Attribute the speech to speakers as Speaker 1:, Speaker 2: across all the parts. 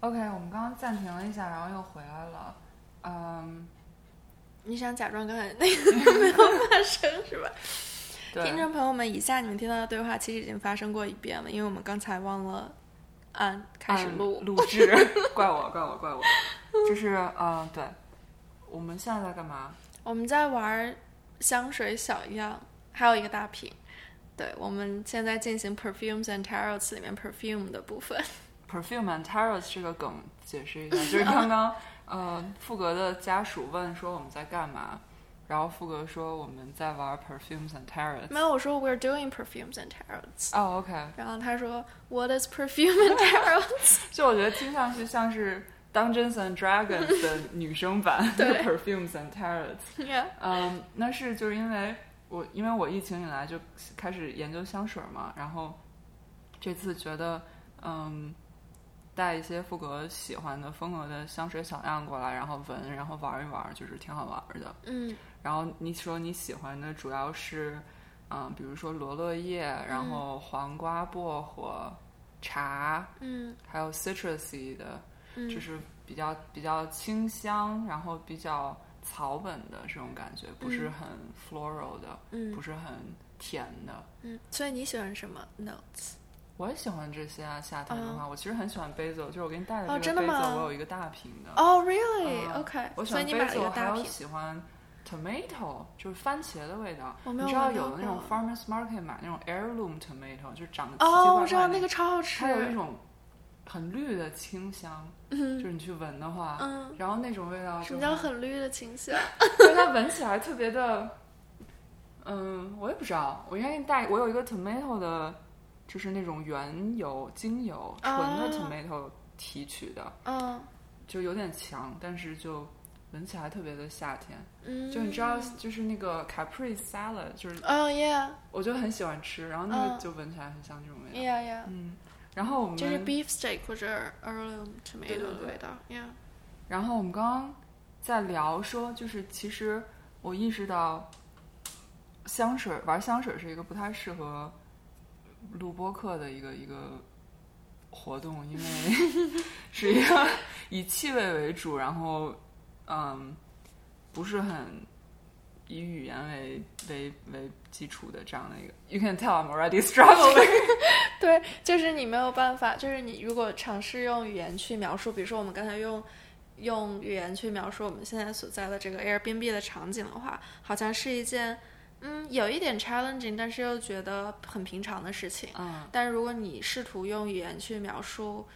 Speaker 1: OK，我们刚刚暂停了一下，然后又回来了。嗯，
Speaker 2: 你想假装刚才 那个没有发生是吧？
Speaker 1: 对，
Speaker 2: 听众朋友们，以下你们听到的对话其实已经发生过一遍了，因为我们刚才忘了按开始
Speaker 1: 嗯
Speaker 2: 录。
Speaker 1: 录制， 怪我，怪我，怪我。 就是嗯，对，我们现在在干嘛？
Speaker 2: 我们在玩香水小样，还有一个大瓶。对，我们现在进行 perfumes and tarots 里面 perfume 的部分。
Speaker 1: perfume and tarots 这个梗解释 一下，就是刚刚呃富格的家属问说我们在干嘛，然后富格说我们在玩 perfumes and tarots。
Speaker 2: 没有，我说 we're doing perfumes and tarots，
Speaker 1: 哦、o k
Speaker 2: 然后他说 what is perfume and tarots？
Speaker 1: 就我觉得听上去像是 Dungeons and Dragons 的女生 版就
Speaker 2: 对
Speaker 1: ，perfumes and tarots。
Speaker 2: yeah.
Speaker 1: 嗯，那是就是因为我因为我疫情以来就开始研究香水嘛，然后这次觉得嗯。带一些富格喜欢的风格的香水小样过来，然后闻，然后玩一玩，就是挺好玩的。
Speaker 2: 嗯，
Speaker 1: 然后你说你喜欢的主要是，嗯、比如说罗勒叶，然后黄瓜、薄荷、茶，
Speaker 2: 嗯
Speaker 1: 还有 citrusy 的，
Speaker 2: 嗯
Speaker 1: 就是比较比较清香，然后比较草本的这种感觉，不是很 floral 的，
Speaker 2: 嗯
Speaker 1: 不是很甜的。
Speaker 2: 嗯，所以你喜欢什么 notes？
Speaker 1: 我也喜欢这些啊，夏天的话，我其实很喜欢 basil，就是我给你带
Speaker 2: 哦
Speaker 1: 的这
Speaker 2: 真
Speaker 1: 个
Speaker 2: 的
Speaker 1: basil，、
Speaker 2: 吗
Speaker 1: 我有一个大瓶的。
Speaker 2: 哦、r e a l l y
Speaker 1: 啊
Speaker 2: o k
Speaker 1: 我喜
Speaker 2: 所以
Speaker 1: 欢
Speaker 2: 你买了一
Speaker 1: basil，
Speaker 2: 个
Speaker 1: 还
Speaker 2: 大
Speaker 1: 有
Speaker 2: 瓶。
Speaker 1: 喜欢 tomato，就是番茄的味道。
Speaker 2: 哦我没有
Speaker 1: 你知道
Speaker 2: 闻到
Speaker 1: 有的那种
Speaker 2: 过
Speaker 1: farmers market 买那种 heirloom tomato，就是长得奇奇怪怪
Speaker 2: 哦，我知道那个超好吃
Speaker 1: 它。有一种很绿的清香，就是你去闻的话，
Speaker 2: 嗯，
Speaker 1: 然后那种味道
Speaker 2: 什
Speaker 1: 就
Speaker 2: 么叫很绿的清 香？
Speaker 1: 就是它闻起来特别的，嗯，我也不知道，我愿意带，我有一个 tomato 的，就是那种原油精油纯
Speaker 2: 啊
Speaker 1: 的 tomato 提取的，
Speaker 2: 嗯
Speaker 1: 就有点强，但是就闻起来特别的夏天。
Speaker 2: 嗯，
Speaker 1: 就你知道，就是那个 Capri salad，就是
Speaker 2: 嗯，yeah
Speaker 1: 我就很喜欢吃，然后那个
Speaker 2: 嗯
Speaker 1: 就闻起来很像这种味道。
Speaker 2: yeah yeah，
Speaker 1: 嗯，然后我们
Speaker 2: 就是 beef steak 或者 heirloom
Speaker 1: 对
Speaker 2: tomato
Speaker 1: 对
Speaker 2: 的
Speaker 1: 对
Speaker 2: 味道，yeah。
Speaker 1: 然后我们刚刚在聊说，就是其实我意识到，香水玩香水是一个不太适合录播客的一个一个活动，因为 是一个以气味为主，然后嗯，不是很以语言为为为基础的这样的一个。You can tell I'm already struggling 。
Speaker 2: 对，就是你没有办法，就是你如果尝试用语言去描述，比如说我们刚才用用语言去描述我们现在所在的这个 Airbnb 的场景的话，好像是一件嗯有一点 challenging，但是又觉得很平常的事情。
Speaker 1: 嗯，
Speaker 2: 但如果你试图用语言去描述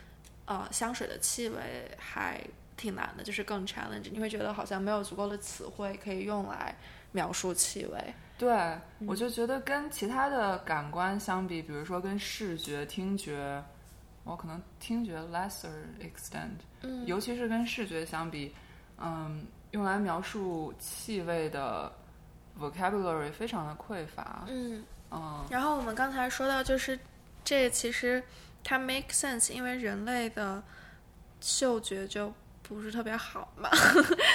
Speaker 2: 呃香水的气味，还挺难的，就是更 challenging，你会觉得好像没有足够的词汇可以用来描述气味。
Speaker 1: 对，
Speaker 2: 嗯
Speaker 1: 我就觉得跟其他的感官相比，比如说跟视觉、听觉，我可能听觉 lesser extent，、
Speaker 2: 嗯
Speaker 1: 尤其是跟视觉相比，嗯，用来描述气味的 vocabulary 非常的匮乏，
Speaker 2: 嗯。
Speaker 1: 嗯，
Speaker 2: 然后我们刚才说到，就是这其实它 make sense，因为人类的嗅觉就不是特别好嘛，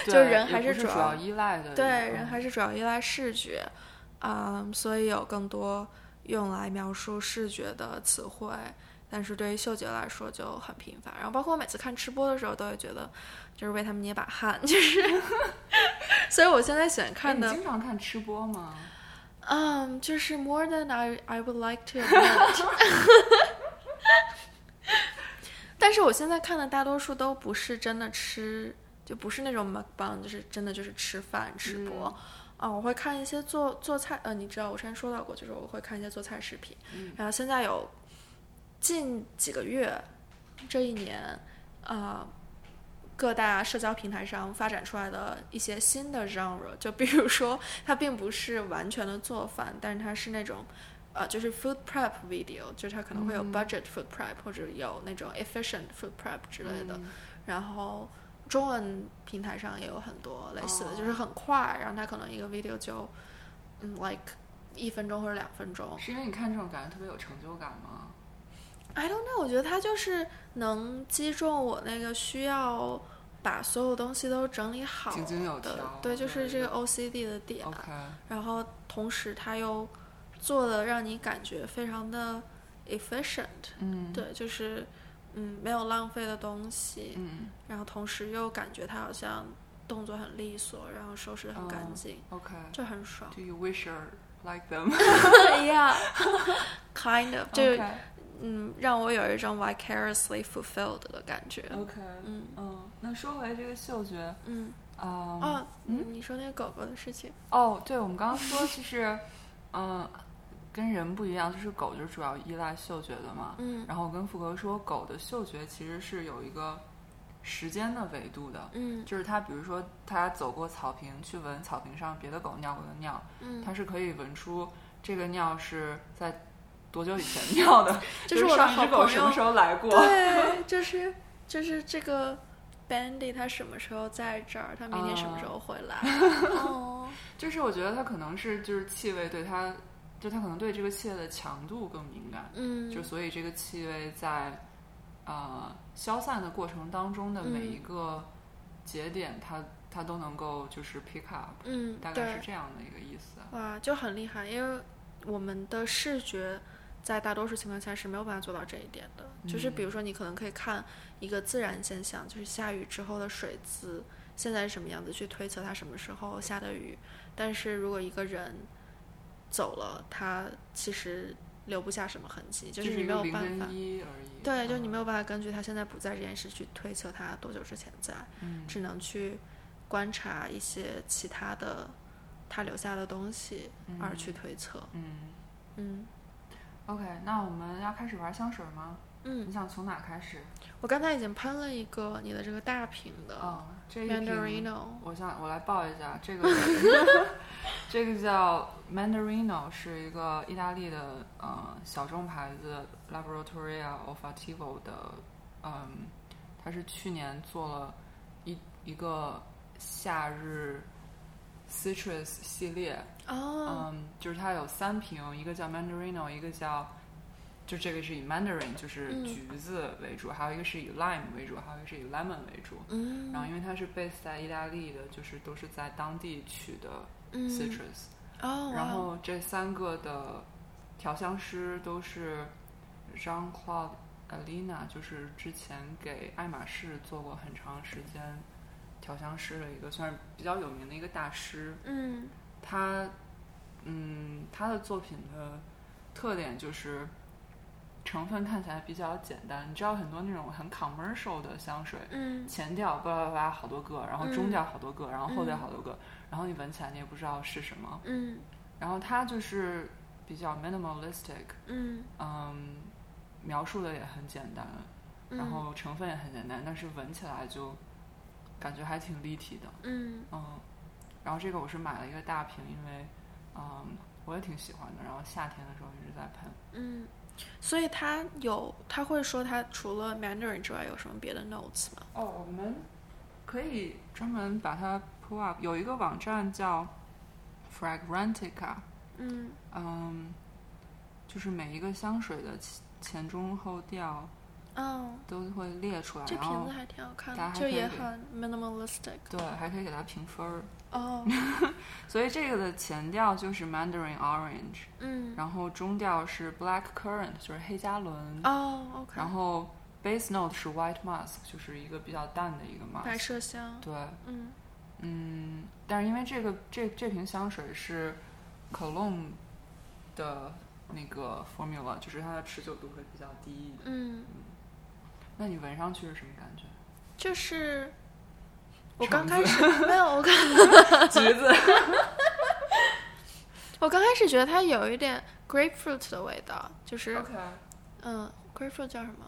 Speaker 2: 就
Speaker 1: 对
Speaker 2: 人
Speaker 1: 也
Speaker 2: 还
Speaker 1: 不
Speaker 2: 是
Speaker 1: 是
Speaker 2: 主要
Speaker 1: 要依赖的，哎
Speaker 2: 对，人还是主要依赖视觉，啊、所以有更多用来描述视觉的词汇。但是对于嗅觉来说就很频繁，然后包括我每次看吃播的时候，都会觉得就是为他们捏把汗，就是， 所以我现在喜欢
Speaker 1: 哎
Speaker 2: 看
Speaker 1: 你
Speaker 2: 的
Speaker 1: 经常看吃播吗？
Speaker 2: 嗯，就是 more than I I would like to admit 。但是我现在看的大多数都不是真的吃，就不是那种 mukbang，就是真的就是吃饭吃播。啊，我会看一些做做菜，呃，你知道我之前说到过，就是我会看一些做菜视频。然后现在有近几个月，这一年，啊、各大社交平台上发展出来的一些新的 genre，就比如说它并不是完全的做饭，但是它是那种，呃，就是 food prep video，就是它可能会有 budget food prep、或者有那种 efficient food prep 之类
Speaker 1: 嗯
Speaker 2: 的，然后。中文平台上也有很多类似的，
Speaker 1: 哦
Speaker 2: 就是很快，然后它可能一个 video 就，嗯，like 一分钟或者两分钟，
Speaker 1: 是因为你看这种感觉特别有成就感吗？
Speaker 2: I don't know，我觉得它就是能击中我那个需要把所有东西都整理好
Speaker 1: 井井有条
Speaker 2: 的，对，就是这个 OCD 的点。
Speaker 1: ，OK，
Speaker 2: 然后同时它又做的让你感觉非常的 efficient，
Speaker 1: 嗯，
Speaker 2: 对，就是嗯没有浪费的东西，
Speaker 1: 嗯
Speaker 2: 然后同时又感觉他好像动作很利索，然后收拾的很干净，
Speaker 1: 哦，OK。
Speaker 2: 就 很爽。
Speaker 1: Do you wish her like them？
Speaker 2: Yeah，kind of，就
Speaker 1: OK
Speaker 2: 嗯让我有一种 vicariously fulfilled 的感觉。
Speaker 1: OK，
Speaker 2: 嗯
Speaker 1: 嗯，那说回这个嗅觉，
Speaker 2: 嗯
Speaker 1: 嗯，
Speaker 2: 哦，嗯你说那个狗狗的事情，
Speaker 1: 哦，对，我们刚刚说就是，嗯，跟人不一样，就是狗就是主要依赖嗅觉的嘛。
Speaker 2: 嗯
Speaker 1: 然后我跟富格说，狗的嗅觉其实是有一个时间的维度的，
Speaker 2: 嗯
Speaker 1: 就是它，比如说它走过草坪去闻草坪上别的狗尿过的尿，
Speaker 2: 嗯，
Speaker 1: 它是可以闻出这个尿是在多久以前 尿的，
Speaker 2: 这
Speaker 1: 就是
Speaker 2: 我的
Speaker 1: 上一
Speaker 2: 好
Speaker 1: 只狗
Speaker 2: 朋
Speaker 1: 什么
Speaker 2: 友
Speaker 1: 时候来过。
Speaker 2: 对，就是就是这个 Bandy 他什么时候在这儿？他明天什么时候回 来？哦，
Speaker 1: 就是我觉得它可能是就是气味对它，就它可能对这个气味的强度更敏感，
Speaker 2: 嗯，
Speaker 1: 就所以这个气味在呃消散的过程当中的每一
Speaker 2: 嗯
Speaker 1: 个节点，它它都能够就是 pick up，
Speaker 2: 嗯，
Speaker 1: 大概
Speaker 2: 对
Speaker 1: 是，这样的一个意思。
Speaker 2: 哇，就很厉害，因为我们的视觉。在大多数情况下是没有办法做到这一点的，就是比如说你可能可以看一个自然现象，就是下雨之后的水渍现在是什么样子，去推测它什么时候下的雨。但是如果一个人走了，他其实留不下什么痕迹，就是是你
Speaker 1: 一
Speaker 2: 没
Speaker 1: 个
Speaker 2: 有
Speaker 1: 零
Speaker 2: 办法
Speaker 1: 跟。一而已。嗯
Speaker 2: 对，就你没
Speaker 1: 有，
Speaker 2: 有办法根据他现在不在这件事去推测他多久之前在，
Speaker 1: 嗯
Speaker 2: 只能去观察一些其他的他留下的东西而去推测。
Speaker 1: 嗯
Speaker 2: 嗯
Speaker 1: ，OK，那我们要开始玩香水吗？
Speaker 2: 嗯
Speaker 1: 你想从哪开始？
Speaker 2: 我刚才已经喷了一个你的这个大瓶的
Speaker 1: 哦，这一瓶
Speaker 2: Mandarino，
Speaker 1: 我想我来报一下这个，这个叫 Mandarino，是一个意大利的呃小众牌子 Laboratoria Olfattivo 的，嗯，它是去年做了一一个夏日 citrus 系列，
Speaker 2: 哦，
Speaker 1: 嗯，就是它有三瓶，一个叫 Mandarino，一个叫就这个是以 Mandarin 就是
Speaker 2: 嗯
Speaker 1: 橘子为主，还有一个是以 lime 为主，还有一个是以 lemon 为主。
Speaker 2: 嗯
Speaker 1: 然后因为它是 base 在意大利的，就是都是在当地取的
Speaker 2: 嗯
Speaker 1: citrus，、
Speaker 2: 哦，
Speaker 1: 然
Speaker 2: 哇
Speaker 1: 后这三个的调香师都是 Jean Claude Alina，就是之前给爱马仕做过很长时间调香师的一个算是比较有名的一个大师。
Speaker 2: 嗯
Speaker 1: 他，嗯，他的作品的特点就是成分看起来比较简单。你知道很多那种很 commercial 的香水，
Speaker 2: 嗯
Speaker 1: 前调巴拉巴拉好多个，然后中
Speaker 2: 嗯
Speaker 1: 调好多个，然后后调
Speaker 2: 嗯
Speaker 1: 好多个，然后你闻起来你也不知道是什么。
Speaker 2: 嗯
Speaker 1: 然后它就是比较 minimalistic，
Speaker 2: 嗯，
Speaker 1: 嗯，描述的也很简单，
Speaker 2: 嗯
Speaker 1: 然后成分也很简单，但是闻起来就感觉还挺立体的。
Speaker 2: 嗯
Speaker 1: 嗯，然后这个我是买了一个大瓶，因为嗯我也挺喜欢的，然后夏天的时候一直在喷。
Speaker 2: 嗯，所以他有他会说他除了 Mandarin 之外有什么别的 notes 吗？
Speaker 1: 哦，我们可以专门把它 pull up，有一个网站叫 Fragrantica，
Speaker 2: 嗯
Speaker 1: 嗯，就是每一个香水的前前中后调
Speaker 2: 哦。
Speaker 1: 都会列出来，
Speaker 2: 这
Speaker 1: 然
Speaker 2: 瓶
Speaker 1: 后
Speaker 2: 子还挺好看
Speaker 1: 大家
Speaker 2: 的，
Speaker 1: 还
Speaker 2: 就
Speaker 1: 可以
Speaker 2: 也
Speaker 1: 给
Speaker 2: 很 minimalistic。
Speaker 1: 对，还可以给它评分儿。
Speaker 2: 哦，
Speaker 1: 所以这个的前调就是 Mandarin Orange，
Speaker 2: 嗯，
Speaker 1: 然后中调是 Black Currant，就是黑加仑，
Speaker 2: 哦，OK，
Speaker 1: 然后 Base Note 是 White Musk，就是一个比较淡的一个
Speaker 2: 白
Speaker 1: musk。
Speaker 2: 麝香，
Speaker 1: 对，
Speaker 2: 嗯
Speaker 1: 嗯，但是因为这个这这瓶香水是 Cologne 的那个 formula，就是它的持久度会比较低一点。
Speaker 2: 嗯，
Speaker 1: 那你闻上去是什么感觉？
Speaker 2: 就是我
Speaker 1: 橙
Speaker 2: 刚开始 没有，我刚
Speaker 1: 橘子。
Speaker 2: 我刚开始觉得它有一点 grapefruit 的味道，就是嗯，grapefruit 叫什么？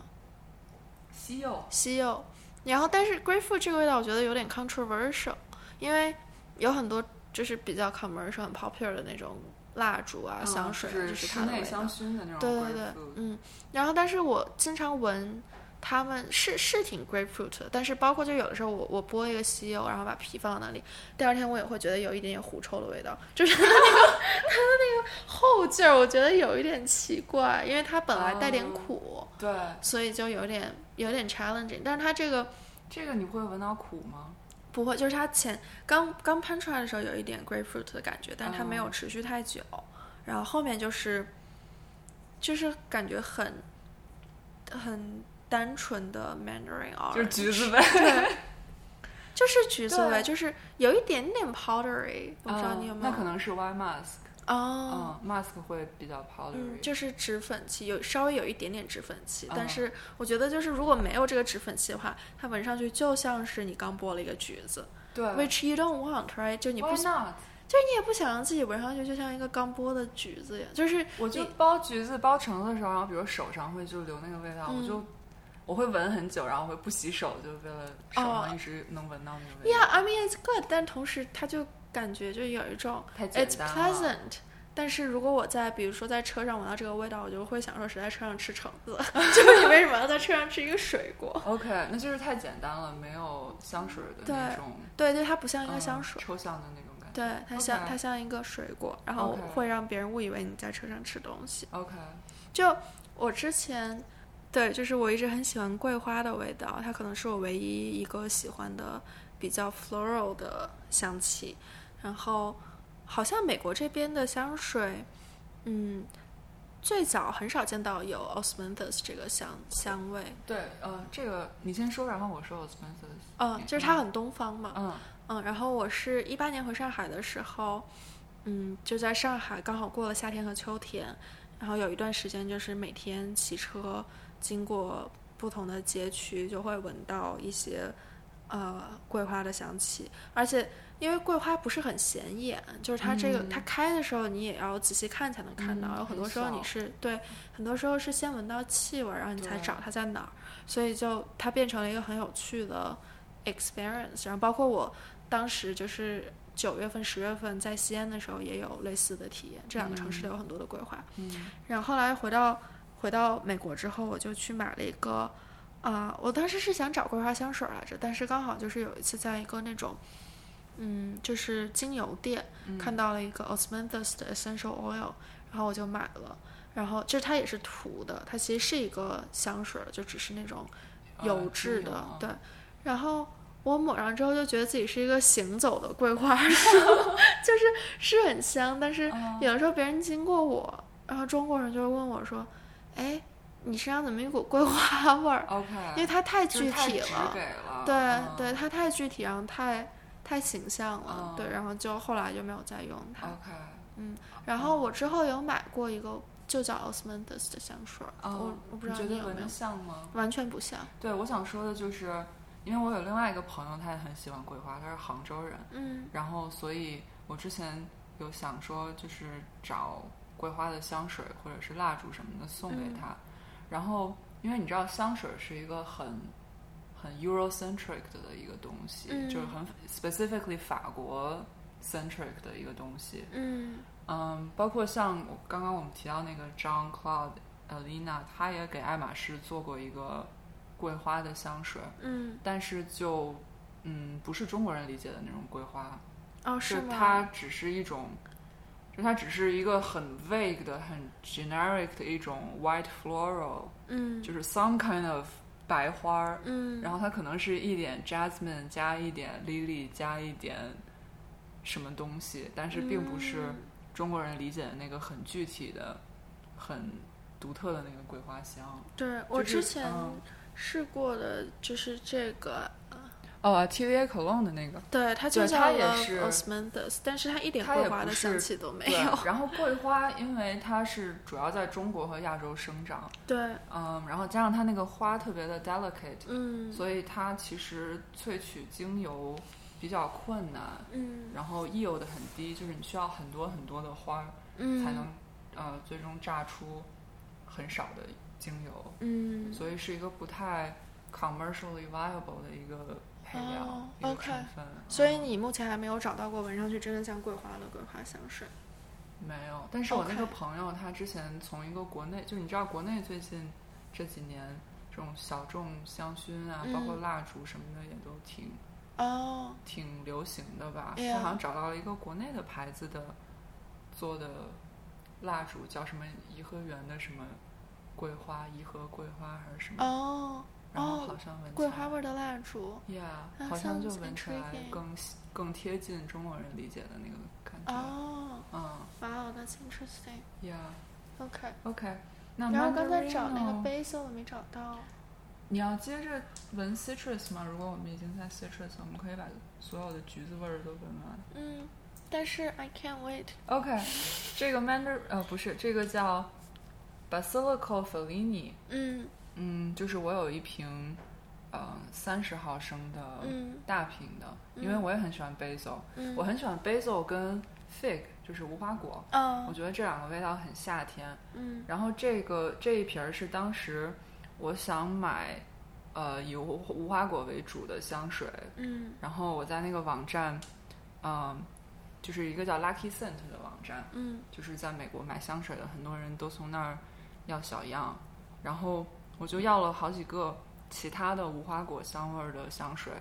Speaker 1: 西柚。
Speaker 2: 西柚。然后，但是 grapefruit 这个味道我觉得有点 controversial，因为有很多就是比较 commercial、很 popular 的那种蜡烛啊、香水啊，
Speaker 1: 嗯就是
Speaker 2: 就
Speaker 1: 室
Speaker 2: 它的
Speaker 1: 内
Speaker 2: 味道
Speaker 1: 香。薰的那种
Speaker 2: 对对对
Speaker 1: grapefruit，
Speaker 2: 嗯。然后，但是我经常闻他们是是挺 grapefruit 的，但是包括就有的时候我我剥一个西柚，然后把皮放到那里，第二天我也会觉得有一点点狐臭的味道，就是它那个 它的那个后劲儿，我觉得有一点奇怪，因为它本来带点
Speaker 1: 哦
Speaker 2: 苦，
Speaker 1: 对
Speaker 2: 所以就有点有点 challenging。但是它这个
Speaker 1: 这个你会闻到苦吗？
Speaker 2: 不会，就是它前刚刚喷出来的时候有一点 grapefruit 的感觉，但是它没有
Speaker 1: 哦
Speaker 2: 持续太久。然后后面就是，就是感觉很很单纯的 Mandarin orange，
Speaker 1: 就是 橘子呗。
Speaker 2: 对，就是橘子味，
Speaker 1: 对哦
Speaker 2: 就是有一点点 powdery，我不知道你有没有。
Speaker 1: 嗯那可能是 Y mask，
Speaker 2: 哦，
Speaker 1: 嗯，mask 会比较
Speaker 2: 嗯，
Speaker 1: powdery，
Speaker 2: 就是脂粉气，有稍微有一点点脂粉气，
Speaker 1: 嗯
Speaker 2: 但是我觉得就是如果没有这个脂粉气的话，它闻上去就像是你刚剥了一个橘子
Speaker 1: 对
Speaker 2: ，which you don't want，right？就你不
Speaker 1: Why
Speaker 2: 想，
Speaker 1: not？
Speaker 2: 就是你也不想让自己闻上去就像一个刚剥的橘子一样，就是
Speaker 1: 我就剥橘子、剥橙子的时候，然后比如手上会就留那个味道，
Speaker 2: 嗯
Speaker 1: 我就我会闻很久，然后会不洗手，就为了手
Speaker 2: 哦
Speaker 1: 上一直能闻到那个味道。
Speaker 2: yeah，I mean it's good，但同时它就感觉就有一种
Speaker 1: 太简
Speaker 2: it's
Speaker 1: 单啊了。
Speaker 2: pleasant。但是如果我在比如说在车上闻到这个味道，我就会想说谁在车上吃橙子？ 就是你为什么要在车上吃一个水果？
Speaker 1: OK，那就是太简单了，没有香水的
Speaker 2: 对
Speaker 1: 那种，
Speaker 2: 对对，它不像一个
Speaker 1: 嗯
Speaker 2: 香水，
Speaker 1: 抽象的那种感觉。
Speaker 2: 对它像
Speaker 1: OK
Speaker 2: 它像一个水果，然后
Speaker 1: OK
Speaker 2: 会让别人误以为你在车上吃东西。
Speaker 1: OK，
Speaker 2: 就我之前，对，就是我一直很喜欢桂花的味道，它可能是我唯一一个喜欢的比较 floral 的香气。然后，好像美国这边的香水，嗯，最早很少见到有 osmanthus 这个香香味，
Speaker 1: 对，呃，这个你先说，然后我说我 Spencer。
Speaker 2: 嗯、就是它很东方嘛，
Speaker 1: 嗯
Speaker 2: 嗯，然后我是一八年回上海的时候，嗯，就在上海刚好过了夏天和秋天，然后有一段时间就是每天骑车经过不同的街区，就会闻到一些呃桂花的香气，而且因为桂花不是很显眼，就是它这个、它开的时候你也要仔细看才能看到，
Speaker 1: 嗯
Speaker 2: 有很
Speaker 1: 很
Speaker 2: 多时候你
Speaker 1: 少
Speaker 2: 是对，很多时候是先闻到气味儿，然后你才
Speaker 1: 对
Speaker 2: 找它在哪儿，所以就它变成了一个很有趣的 experience，然后包括我。当时就是九月份、十月份在西安的时候也有类似的体验，这两个城市都有很多的桂花。
Speaker 1: 嗯
Speaker 2: 然后后来回到回到美国之后，我就去买了一个，啊、我当时是想找桂花香水来着，但是刚好就是有一次在一个那种，嗯，就是精油店、
Speaker 1: 嗯
Speaker 2: 看到了一个 Osmanthus 的 Essential Oil，然后我就买了。然后就是它也是涂的，它其实是一个香水，就只是那种
Speaker 1: 啊
Speaker 2: 油质
Speaker 1: 精
Speaker 2: 的，
Speaker 1: 油啊
Speaker 2: 对。然后我抹上之后就觉得自己是一个行走的桂花树，就是是很香，但是
Speaker 1: 啊
Speaker 2: 有的时候别人经过我，然后中国人就会问我说：“哎，你身上怎么有股桂花味儿？”因为
Speaker 1: ，OK，
Speaker 2: 它太
Speaker 1: 就是
Speaker 2: 具
Speaker 1: 太
Speaker 2: 体
Speaker 1: 直
Speaker 2: 了，
Speaker 1: 给了。
Speaker 2: 对、
Speaker 1: 嗯
Speaker 2: 对，它太具体，然后太太形象
Speaker 1: 嗯
Speaker 2: 了，对，然后就后来就没有再用它。
Speaker 1: OK，
Speaker 2: 然后我之后有买过一个就叫 Osmanthus 的香水儿，
Speaker 1: 嗯
Speaker 2: 我我不知道
Speaker 1: 你
Speaker 2: 你
Speaker 1: 觉得
Speaker 2: 有
Speaker 1: 闻
Speaker 2: 没有
Speaker 1: 着，像吗？
Speaker 2: 完全不像，
Speaker 1: 对，我想说的就是，因为我有另外一个朋友，他也很喜欢桂花，他是杭州人，
Speaker 2: 嗯
Speaker 1: 然后所以我之前有想说，就是找桂花的香水或者是蜡烛什么的送给他，然后因为你知道香水是一个很很 Eurocentric 的一个东西，
Speaker 2: 嗯
Speaker 1: 就是很 specifically 法国 centric 的一个东西，
Speaker 2: 嗯
Speaker 1: 嗯，包括像我刚刚我们提到那个 John Claude Alina，他也给爱马仕做过一个桂花的香水，
Speaker 2: 嗯，
Speaker 1: 但是就嗯不是中国人理解的那种桂花，
Speaker 2: 哦
Speaker 1: 就是
Speaker 2: 吗？
Speaker 1: 它只是一种，就它只是一个很 vague 的、很 generic 的一种 white floral，
Speaker 2: 嗯
Speaker 1: 就是 some kind of 白花儿，
Speaker 2: 嗯，
Speaker 1: 然后它可能是一点 jasmine 加一点 lily 加一点什么东西，但是并不是
Speaker 2: 嗯
Speaker 1: 中国人理解的那个很具体的、很独特的那个桂花香。
Speaker 2: 对我
Speaker 1: 就是
Speaker 2: 之前
Speaker 1: 嗯
Speaker 2: 试过的就是这个，哦啊
Speaker 1: 呃，TVA Cologne 的那个，
Speaker 2: 对，它就
Speaker 1: 对
Speaker 2: 叫
Speaker 1: 它也
Speaker 2: Love
Speaker 1: 是
Speaker 2: Osmanthus，但是它一点
Speaker 1: 它
Speaker 2: 桂
Speaker 1: 也
Speaker 2: 花
Speaker 1: 不
Speaker 2: 的
Speaker 1: 是
Speaker 2: 香气都没
Speaker 1: 对
Speaker 2: 有。。
Speaker 1: 然后桂花，因为它是主要在中国和亚洲生长，
Speaker 2: 对，
Speaker 1: 嗯，然后加上它那个花特别的 delicate，、
Speaker 2: 嗯
Speaker 1: 所以它其实萃取精油比较困难，
Speaker 2: 嗯
Speaker 1: 然后 yield 很低，就是你需要很多很多的花儿
Speaker 2: 嗯，
Speaker 1: 才能、呃最终榨出很少的精油，
Speaker 2: 嗯
Speaker 1: 所以是一个不太 commercially viable 的一个配料、
Speaker 2: 哦
Speaker 1: 一个
Speaker 2: OK
Speaker 1: 成分。
Speaker 2: 所以
Speaker 1: 嗯
Speaker 2: 你目前还没有找到过闻上去真的像桂花的桂花香水。
Speaker 1: 没有，但是我那
Speaker 2: OK
Speaker 1: 个朋友他之前从一个国内，就是你知道国内最近这几年这种小众香薰啊，包括
Speaker 2: 嗯
Speaker 1: 蜡烛什么的也都挺
Speaker 2: 哦，
Speaker 1: 挺流行的吧。
Speaker 2: Yeah
Speaker 1: 他好像找到了一个国内的牌子的做的蜡烛，叫什么颐和园的什么桂花，颐和桂花还是什么，
Speaker 2: 哦，
Speaker 1: 然后
Speaker 2: 哦
Speaker 1: 好像闻起
Speaker 2: 桂
Speaker 1: 来
Speaker 2: 花味儿的蜡烛。
Speaker 1: ，Yeah，
Speaker 2: That
Speaker 1: 好像就
Speaker 2: sounds
Speaker 1: 闻起来
Speaker 2: intriguing
Speaker 1: 更更贴近中国人理解的那个感觉。
Speaker 2: 哦，
Speaker 1: 嗯
Speaker 2: 哇、哦 that's interesting。
Speaker 1: ，Yeah，OK。
Speaker 2: OK，
Speaker 1: 那
Speaker 2: 然后刚才找那
Speaker 1: 哦 Mandarino
Speaker 2: 个 basil 没找到。
Speaker 1: 你要接着闻 citrus 吗？如果我们已经在 citrus，我们可以把所有的橘子味儿都闻完。
Speaker 2: 嗯，但是 I can't wait。
Speaker 1: OK，这个 mandar 呃不是这个叫 basilico fellini，
Speaker 2: 嗯
Speaker 1: 嗯，就是我有一瓶，呃三十毫升的
Speaker 2: 嗯
Speaker 1: 大瓶的，因为
Speaker 2: 嗯
Speaker 1: 我也很喜欢 basil，、
Speaker 2: 嗯，
Speaker 1: 我很喜欢 basil 跟 fig，就是无花果，我
Speaker 2: 嗯
Speaker 1: 觉得这两个味道很夏天。
Speaker 2: 嗯
Speaker 1: 然后这个这一瓶儿是当时我想买，呃以无无花果为主的香水，
Speaker 2: 嗯
Speaker 1: 然后我在那个网站，嗯、就是一个叫 Lucky Scent 的网站，
Speaker 2: 嗯
Speaker 1: 就是在美国买香水的，很多人都从那儿要小样，然后我就要了好几个其他的无花果香味儿的香水，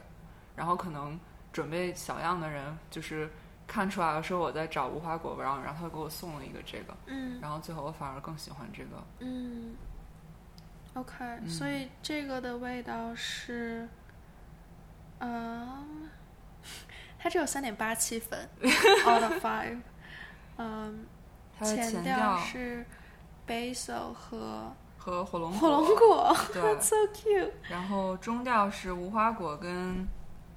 Speaker 1: 然后可能准备小样的人就是看出来了，说我在找无花果味儿，然后然后他给我送了一个这个，
Speaker 2: 嗯
Speaker 1: 然后最后我反而更喜欢这个，
Speaker 2: 嗯。OK，所
Speaker 1: 嗯
Speaker 2: 以这个的味道是，嗯，它只有三点八 七分 out of five。嗯，
Speaker 1: 它的前
Speaker 2: 调
Speaker 1: 调
Speaker 2: 是 basil 和
Speaker 1: 和火龙
Speaker 2: 火龙果
Speaker 1: 对，
Speaker 2: ，so cute。
Speaker 1: 然后中调是无花果跟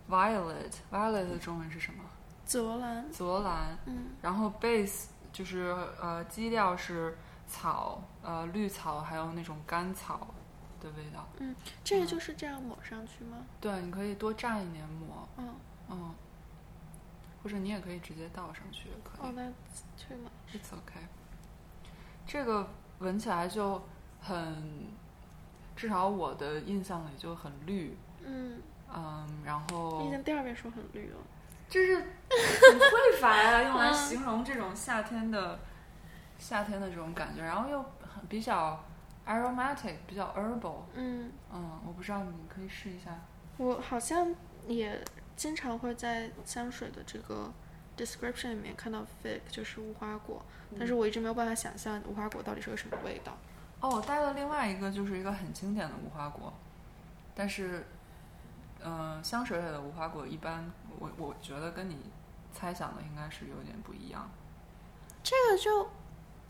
Speaker 1: violet，violet 的中文是什么？
Speaker 2: 紫罗兰，
Speaker 1: 紫罗兰。
Speaker 2: 嗯
Speaker 1: 然后 base 就是呃基调是草，呃绿草还有那种干草的味道。
Speaker 2: 嗯，这个就是这样抹上去吗？
Speaker 1: 对，你可以多蘸一点抹，
Speaker 2: 嗯，
Speaker 1: 嗯，或者你也可以直接倒上去也可以。
Speaker 2: 哦，那这个，
Speaker 1: It's okay。这个闻起来就很，至少我的印象里就很绿，
Speaker 2: 嗯，
Speaker 1: 嗯，然后
Speaker 2: 你已经第二遍说很绿了。哦
Speaker 1: 就是很匮乏呀、用来
Speaker 2: 嗯
Speaker 1: 形容这种夏天的夏天的这种感觉，然后又很比较 aromatic，比较 herbal。
Speaker 2: 嗯，
Speaker 1: 嗯，我不知道你可以试一下。
Speaker 2: 我好像也经常会在香水的这个 description 里面看到 fig，就是无花果，但是我一直没有办法想象无花果到底是个什么味道。
Speaker 1: 哦，我带了另外一个，就是一个很经典的无花果，但是，嗯、香水里的无花果一般，我我觉得跟你猜想的应该是有点不一样。
Speaker 2: 这个就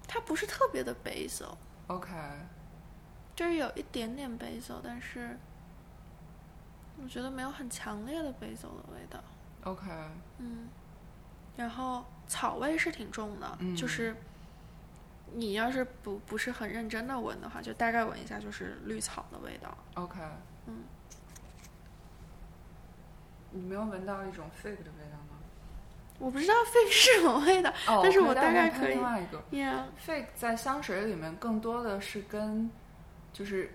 Speaker 2: 它不是特别的 basil，
Speaker 1: OK，
Speaker 2: 就是有一点点 basil，但是我觉得没有很强烈的 basil 的味道。
Speaker 1: OK，
Speaker 2: 嗯，然后草味是挺重的，
Speaker 1: 嗯
Speaker 2: 就是你要是不不是很认真的闻的话，就大概闻一下就是绿草的味道。
Speaker 1: OK，
Speaker 2: 嗯，
Speaker 1: 你没有闻到一种 fig 的味道吗？
Speaker 2: 我不知道 fig 是什么味道
Speaker 1: 哦，
Speaker 2: 但是
Speaker 1: 我
Speaker 2: 我大概可以
Speaker 1: 另外一个
Speaker 2: ，yeah，
Speaker 1: fig 在香水里面更多的是跟就是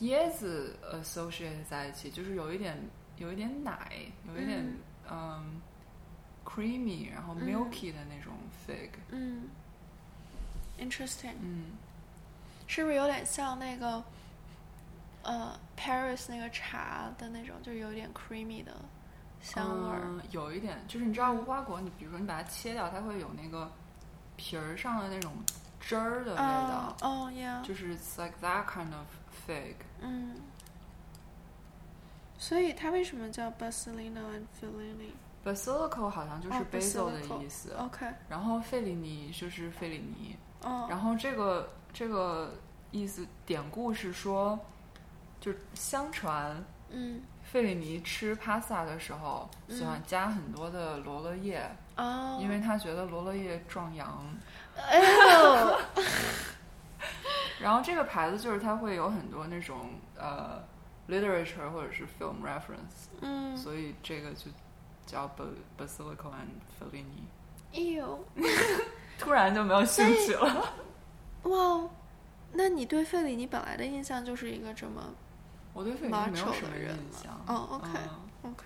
Speaker 1: 椰子 associate 在一起，就是有一点有一点奶，有一点嗯 creamy，然后
Speaker 2: 嗯
Speaker 1: milky 的那种 fig。
Speaker 2: 嗯，interesting，
Speaker 1: 嗯，
Speaker 2: 是不是有点像那个呃 Paris 那个茶的那种，就是有点 creamy 的香味儿？
Speaker 1: 嗯有一点，就是你知道无花果，你比如说你把它切掉，它会有那个皮儿上的那种汁儿的味
Speaker 2: 啊
Speaker 1: 道，
Speaker 2: 哦，yeah，
Speaker 1: 就是 it's like that kind of fig。
Speaker 2: 嗯。所以它为什么叫 Basilino and Fellini？OK，、
Speaker 1: Basilico 好像就是
Speaker 2: 哦
Speaker 1: basil 的
Speaker 2: basilico
Speaker 1: 意思，然后费里尼就是费里尼，
Speaker 2: 哦，
Speaker 1: 然后这个这个意思典故是说，就相传
Speaker 2: 嗯
Speaker 1: 费里尼吃帕萨的时候，
Speaker 2: 嗯
Speaker 1: 喜欢加很多的罗勒叶，
Speaker 2: 哦，
Speaker 1: 因为他觉得罗勒叶壮阳。
Speaker 2: 哎呦，
Speaker 1: 然后这个牌子就是它会有很多那种呃 literature 或者是 film reference，、
Speaker 2: 嗯，
Speaker 1: 所以这个就叫 Ba- Basilico and Fellini。
Speaker 2: 哎呦，
Speaker 1: 突然就没有兴趣了。
Speaker 2: 哇，那你对费里尼本来的印象就是一个这么
Speaker 1: 我对费里尼没有
Speaker 2: macho
Speaker 1: 什么
Speaker 2: 的
Speaker 1: 印
Speaker 2: 人
Speaker 1: 象。
Speaker 2: 哦，OK
Speaker 1: 嗯
Speaker 2: OK，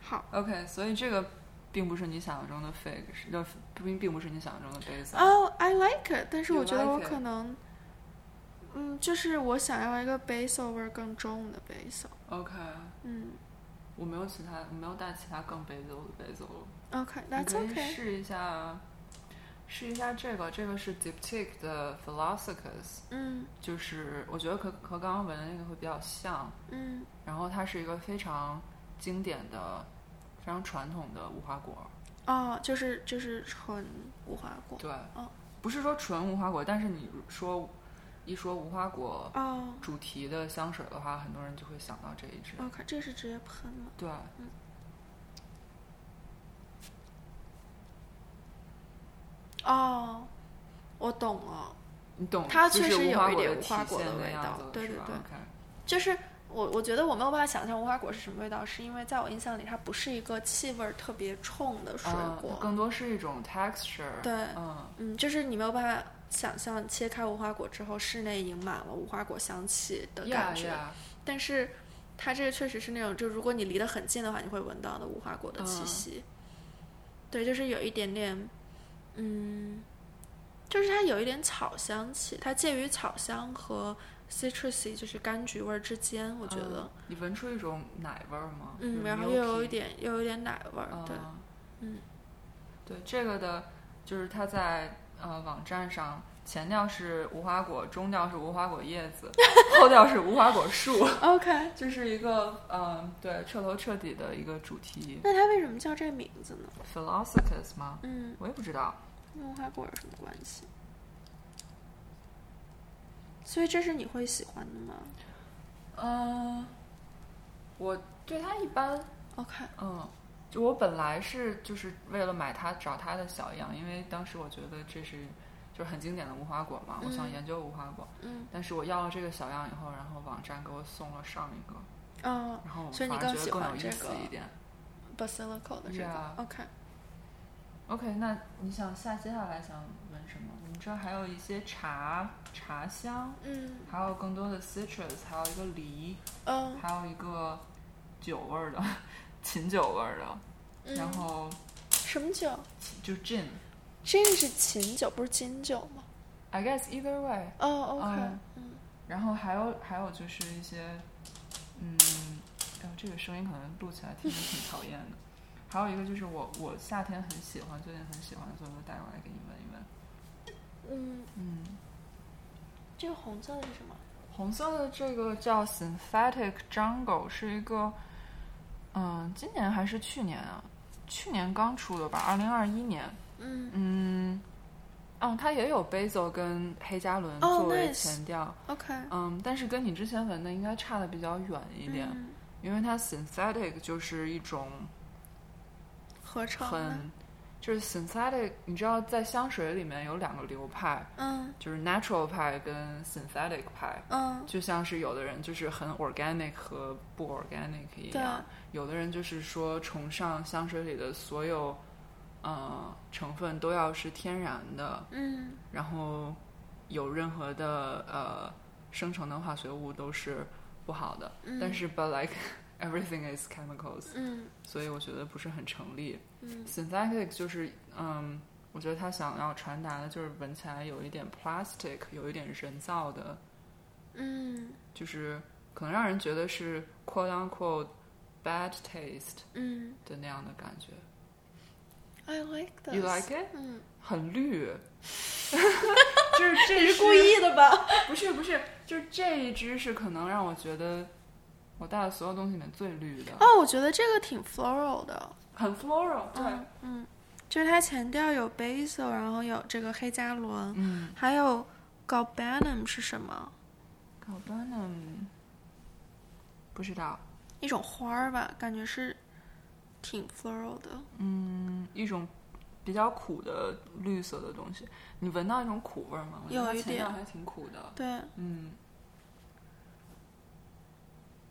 Speaker 2: 好
Speaker 1: OK，所以这个并不是你想象中的 fake，是呃并并不是你想象中的 base。
Speaker 2: 哦、i like it，但是
Speaker 1: You
Speaker 2: 我觉得我
Speaker 1: like it
Speaker 2: 可能，嗯，就是我想要一个 basil 味儿更重的 basil，
Speaker 1: OK，
Speaker 2: 嗯
Speaker 1: 我没有其他，我没有带其他更 base 的 base 了。你
Speaker 2: ，OK，that's
Speaker 1: 可以
Speaker 2: OK，
Speaker 1: 试一下，试一下这个，这个是 Diptyque 的 Philosophus，
Speaker 2: 嗯
Speaker 1: 就是我觉得和和刚刚闻的那个会比较像。
Speaker 2: 嗯
Speaker 1: 然后它是一个非常经典的、非常传统的无花果。
Speaker 2: 哦，就是就是纯无花果，
Speaker 1: 对，
Speaker 2: 哦
Speaker 1: 不是说纯无花果，但是你说一说无花果
Speaker 2: 哦
Speaker 1: 主题的香水的话，很多人就会想到这一支。
Speaker 2: ，OK，这是直接喷了。
Speaker 1: 对，
Speaker 2: 哦，我懂了，
Speaker 1: 你懂，
Speaker 2: 它
Speaker 1: 就
Speaker 2: 确
Speaker 1: 是
Speaker 2: 实
Speaker 1: 无
Speaker 2: 有
Speaker 1: 花
Speaker 2: 一
Speaker 1: 果
Speaker 2: 点
Speaker 1: 的
Speaker 2: 无
Speaker 1: 体
Speaker 2: 花果
Speaker 1: 现
Speaker 2: 的
Speaker 1: 那
Speaker 2: 味
Speaker 1: 样
Speaker 2: 道
Speaker 1: 子
Speaker 2: 对
Speaker 1: 是
Speaker 2: 对
Speaker 1: 吧
Speaker 2: 对
Speaker 1: OK
Speaker 2: 就是我我觉得我没有办法想象无花果是什么味道，是因为在我印象里它不是一个气味儿特别冲的水
Speaker 1: 嗯
Speaker 2: 果
Speaker 1: 它。更多是一种 texture。
Speaker 2: 对
Speaker 1: 嗯，
Speaker 2: 嗯，就是你没有办法想象切开无花果之后，室内盈满了无花果香气的感觉。
Speaker 1: 呀
Speaker 2: 但是它这个确实是那种，就如果你离得很近的话，你会闻到的无花果的气
Speaker 1: 嗯
Speaker 2: 息。对，就是有一点点，嗯，就是它有一点草香气，它介于草香和 citrusy，就是柑橘味儿之间，我觉得
Speaker 1: 嗯，你闻出一种奶味儿吗？
Speaker 2: 嗯，
Speaker 1: 就是
Speaker 2: 然后又有
Speaker 1: milky
Speaker 2: 一点又有一点奶味儿，对，
Speaker 1: 啊
Speaker 2: 嗯，
Speaker 1: 对这个的，就是它在呃网站上前调是无花果，中调是无花果叶子，后调是无花果树，
Speaker 2: OK，
Speaker 1: 就是一个嗯、呃对彻头彻底的一个主题
Speaker 2: 那它为什么叫这名字呢？
Speaker 1: ，philosophers 吗？
Speaker 2: 嗯，
Speaker 1: 我也不知道，
Speaker 2: 跟无花果有什么关系？所以这是你会喜欢的吗
Speaker 1: 嗯、我对它一般
Speaker 2: ？OK，
Speaker 1: 嗯，就我本来是就是为了买它找它的小样，因为当时我觉得这是就是很经典的无花果嘛，我想
Speaker 2: 嗯
Speaker 1: 研究无花果。
Speaker 2: 嗯，
Speaker 1: 但是我要了这个小样以后，然后网站给我送了上一个，
Speaker 2: 哦，
Speaker 1: 然后我
Speaker 2: 所以
Speaker 1: 反
Speaker 2: 你
Speaker 1: 而
Speaker 2: 更
Speaker 1: 觉
Speaker 2: 喜
Speaker 1: 得更
Speaker 2: 欢
Speaker 1: 有
Speaker 2: 这
Speaker 1: 意思
Speaker 2: 个
Speaker 1: 一点。
Speaker 2: basilico 的这个
Speaker 1: Yeah
Speaker 2: OK，
Speaker 1: OK，那你想下接下来想闻什么？我们这还有一些茶茶香，
Speaker 2: 嗯
Speaker 1: 还有更多的 citrus，还有一个梨，
Speaker 2: 嗯
Speaker 1: 还有一个酒味儿的， 琴酒味儿的，
Speaker 2: 嗯，
Speaker 1: 然后
Speaker 2: 什么酒
Speaker 1: 就 gin。
Speaker 2: ？Gin 是琴酒，不是金酒吗？
Speaker 1: I guess either way，
Speaker 2: 哦，OK，
Speaker 1: 嗯
Speaker 2: 嗯
Speaker 1: 然后还有还有就是一些，嗯，哎呦，这个声音可能录起来听着挺讨厌 的。还有一个就是我我夏天很喜欢，最近很喜欢，所以我就带过来给你闻一闻。
Speaker 2: 嗯，
Speaker 1: 嗯，
Speaker 2: 这个红色的是什么？
Speaker 1: 红色的这个叫 Synthetic Jungle，是一个，嗯，今年还是去年啊？去年刚出的吧，二零二一年。
Speaker 2: 嗯
Speaker 1: 嗯，嗯，它也有 basil 跟黑加仑
Speaker 2: 哦
Speaker 1: 作为
Speaker 2: nice
Speaker 1: 前调。
Speaker 2: ，OK，
Speaker 1: 嗯，但是跟你之前闻的应该差的比较远一点。
Speaker 2: 嗯，
Speaker 1: 因为它 synthetic 就是一种
Speaker 2: 合成的，
Speaker 1: 很，就是 synthetic，你知道在香水里面有两个流派，
Speaker 2: 嗯
Speaker 1: 就是 natural 派跟 synthetic 派，
Speaker 2: 嗯
Speaker 1: 就像是有的人就是很 organic 和不 organic 一样，有的人就是说崇尚香水里的所有，呃，成分都要是天然的，
Speaker 2: 嗯
Speaker 1: 然后有任何的呃生成的化学物都是不好的，
Speaker 2: 嗯，
Speaker 1: 但是 but like everything is chemicals。
Speaker 2: 嗯
Speaker 1: 所以我觉得不是很成立。
Speaker 2: 嗯
Speaker 1: Synthetic 就是，嗯，我觉得他想要传达的就是闻起来有一点 plastic，有一点人造的，
Speaker 2: 嗯
Speaker 1: 就是可能让人觉得是 quote unquote bad taste
Speaker 2: 嗯
Speaker 1: 的那样的感觉。
Speaker 2: ，I like this，
Speaker 1: You like it？
Speaker 2: 嗯，
Speaker 1: 很 绿，就是这
Speaker 2: 你
Speaker 1: 支
Speaker 2: 是故意的吧？
Speaker 1: 不是不是，就是这一支是可能让我觉得我带的所有东西里面最绿的，
Speaker 2: 哦，我觉得这个挺 floral 的，
Speaker 1: 很 floral。对，
Speaker 2: 嗯，嗯，就是它前调有 basil，然后有这个黑加仑，
Speaker 1: 嗯，
Speaker 2: 还有 galbanum 是什么？
Speaker 1: 搞班呢？不知道。
Speaker 2: 一种花儿吧，感觉是挺 floral 的。
Speaker 1: 嗯，一种比较苦的绿色的东西，你闻到一种苦味儿吗？我觉得
Speaker 2: 有
Speaker 1: 它
Speaker 2: 一
Speaker 1: 前
Speaker 2: 点
Speaker 1: 调还挺苦的。
Speaker 2: 对，
Speaker 1: 嗯，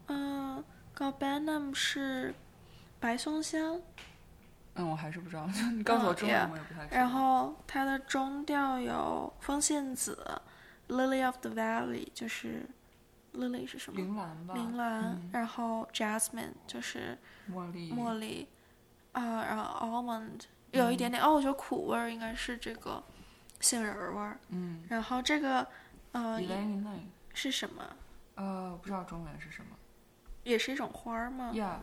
Speaker 2: 嗯、g a l b a n u m 是白松香，
Speaker 1: 嗯，我还是不知道， 你告诉我中文我也不太知道。
Speaker 2: 哦然后它的中调有风信子，lily of the valley，就是 lily 是什么？
Speaker 1: 铃兰吧，
Speaker 2: 铃兰，
Speaker 1: 嗯
Speaker 2: 然后 jasmine 就是
Speaker 1: 茉莉，
Speaker 2: 茉莉啊，然后 almond 有一点
Speaker 1: 嗯
Speaker 2: 点、哦，我觉得苦味儿应该是这个杏仁儿味儿。
Speaker 1: 嗯，
Speaker 2: 然后这个呃
Speaker 1: 一类一类，
Speaker 2: 是什么？
Speaker 1: 呃，我不知道中文是什么。
Speaker 2: 也是一种花儿吗？
Speaker 1: Yeah，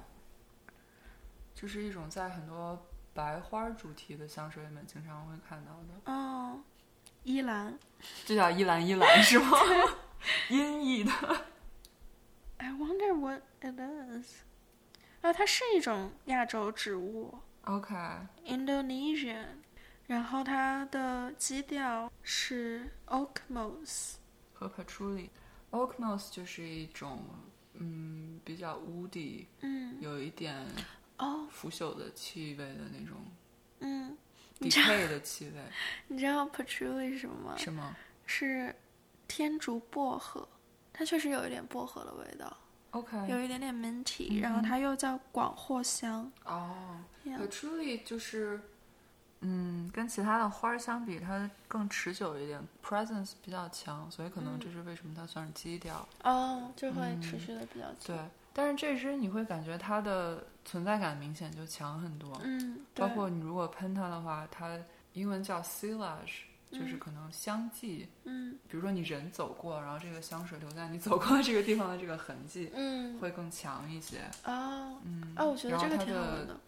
Speaker 1: 就是一种在很多白花主题的香水里面经常会看到的，
Speaker 2: 哦，依兰。
Speaker 1: 这叫依兰依兰是吗？音译的，
Speaker 2: I wonder what it is。啊，它是一种亚洲植物
Speaker 1: OK，
Speaker 2: ，Indonesian。然后它的基调是 oak moss，
Speaker 1: 和 patchouli。oak moss 就是一种嗯比较 woody，
Speaker 2: 嗯
Speaker 1: 有一点
Speaker 2: 哦
Speaker 1: 腐朽的气味的那种
Speaker 2: 嗯，
Speaker 1: decay 的气味，
Speaker 2: 你知道 patchouli 是什么吗？
Speaker 1: 是 吗
Speaker 2: 是天竺薄荷，它确实有一点薄荷的味道，
Speaker 1: ？OK，
Speaker 2: 有一点点 minty，、然后它又叫广藿香。
Speaker 1: 哦
Speaker 2: Yeah
Speaker 1: ，patchouli 就是嗯跟其他的花儿相比，它更持久一点，presence 比较强，所以可能
Speaker 2: 嗯
Speaker 1: 这是为什么它算是基调。
Speaker 2: 哦，就会持续的比较久。
Speaker 1: 对，但是这支你会感觉它的存在感明显就强很多。
Speaker 2: 嗯，对
Speaker 1: 包括你如果喷它的话，它英文叫 silage，就是可能香迹。
Speaker 2: 嗯
Speaker 1: 比如说你人走过，然后这个香水留在你走过的这个地方的这个痕迹
Speaker 2: 嗯
Speaker 1: 会更强一些，
Speaker 2: 哦
Speaker 1: 嗯，
Speaker 2: 哦，我觉得
Speaker 1: 然后
Speaker 2: 这个
Speaker 1: 它
Speaker 2: 挺好闻
Speaker 1: 的
Speaker 2: 的。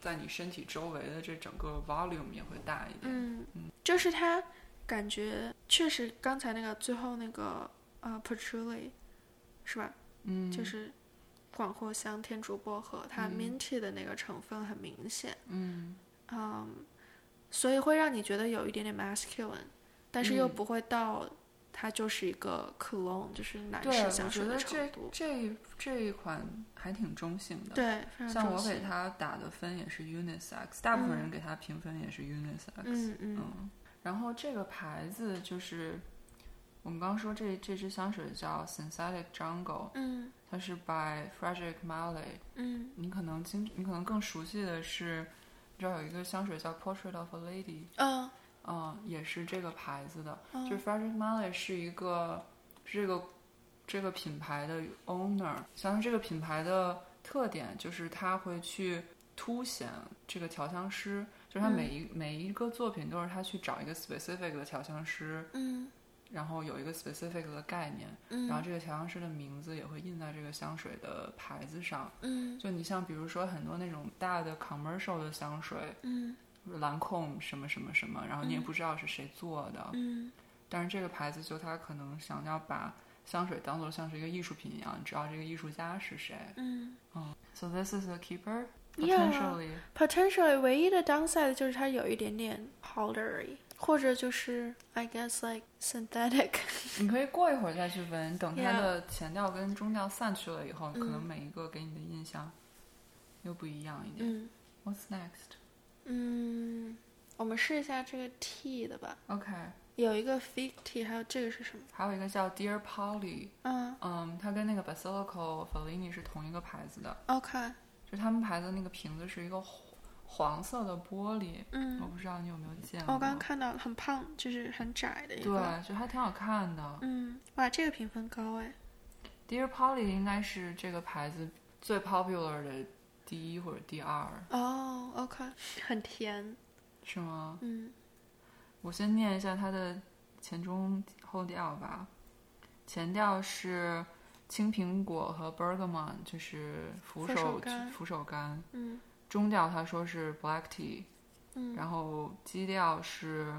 Speaker 1: 在你身体周围的这整个 volume 也会大一点。
Speaker 2: 嗯，就是它感觉确实刚才那个最后那个呃 patchouli 是吧？
Speaker 1: 嗯，
Speaker 2: 就是广藿香、天竺薄荷，它 minty 的那个成分很明显。
Speaker 1: 嗯
Speaker 2: 嗯，所以会让你觉得有一点点 masculine，但是又
Speaker 1: 嗯
Speaker 2: 不会到它就是一个 cologne，就是男
Speaker 1: 对，
Speaker 2: 士
Speaker 1: 我
Speaker 2: 香
Speaker 1: 觉
Speaker 2: 水的
Speaker 1: 得
Speaker 2: 程
Speaker 1: 这
Speaker 2: 度。
Speaker 1: 这一这一款还挺中性的。
Speaker 2: 对，非常
Speaker 1: 像
Speaker 2: 中
Speaker 1: 我给
Speaker 2: 性
Speaker 1: 它打的分也是 unisex，大部分
Speaker 2: 嗯
Speaker 1: 人给它评分也是 unisex。
Speaker 2: 嗯嗯
Speaker 1: 嗯，然后这个牌子就是我们刚刚说这这支香水叫 Synthetic Jungle，
Speaker 2: 嗯
Speaker 1: 它是 by Frederick Malley。
Speaker 2: 嗯，
Speaker 1: 你可能经你可能更熟悉的是，你知道有一个香水叫 Portrait of a Lady，
Speaker 2: 嗯
Speaker 1: 嗯，也是这个牌子的。
Speaker 2: 嗯
Speaker 1: 就是 Frederick Malley 是一个是这个这个品牌的 owner，想想这个品牌的特点就是他会去凸显这个调香师，就是他
Speaker 2: 嗯
Speaker 1: 每一、每一个作品都是他去找一个 specific 的调香师，
Speaker 2: 嗯
Speaker 1: 然后有一个 specific 的概念，然后
Speaker 2: 嗯
Speaker 1: 这个调香师的名字也会印在这个香水的牌子上。
Speaker 2: 嗯
Speaker 1: 就你像比如说很多那种大的 commercial 的香水，
Speaker 2: 嗯
Speaker 1: 兰蔻什么什么什么，然后你也不知道是谁做的，
Speaker 2: 嗯
Speaker 1: 但是这个牌子就它可能想要把香水当做像是一个艺术品一样，你知道这个艺术家是谁。
Speaker 2: 嗯。
Speaker 1: So this is a keeper
Speaker 2: Yeah.
Speaker 1: potentially.
Speaker 2: Potentially 唯一的 downside 就是它有一点点 powdery，或者就是 I guess like synthetic。
Speaker 1: 你可以过一会儿再去闻，等它的前调跟中调散去了以后，可
Speaker 2: 嗯
Speaker 1: 能每一个给你的印象又不一样一点。
Speaker 2: 嗯
Speaker 1: What's next?
Speaker 2: 嗯，我们试一下这个 tea 的吧，
Speaker 1: OK，
Speaker 2: 有一个 fig tea，还有这个是什么？
Speaker 1: 还有一个叫 Dear Polly，
Speaker 2: 嗯
Speaker 1: 嗯，它跟那个 Basilico Fellini 是同一个牌子的，
Speaker 2: ，OK，
Speaker 1: 就是他们牌子那个瓶子是一个黄黄色的玻璃，我
Speaker 2: 嗯，
Speaker 1: 不知道你有没有见过。
Speaker 2: 我刚看到了很胖，就是很窄的一个。
Speaker 1: 对，就还挺好看的。
Speaker 2: 嗯，哇，这个评分高哎。
Speaker 1: Dear Polly 应该是这个牌子最 popular 的第一或者第二，
Speaker 2: 哦，OK，很甜。
Speaker 1: 是吗？
Speaker 2: 嗯
Speaker 1: 我先念一下它的前中后调吧。前调是青苹果和 bergamot，就是扶
Speaker 2: 佛手
Speaker 1: 手
Speaker 2: 柑
Speaker 1: 扶手柑。
Speaker 2: 嗯
Speaker 1: 中调他说是 black tea，
Speaker 2: 嗯
Speaker 1: 然后基调是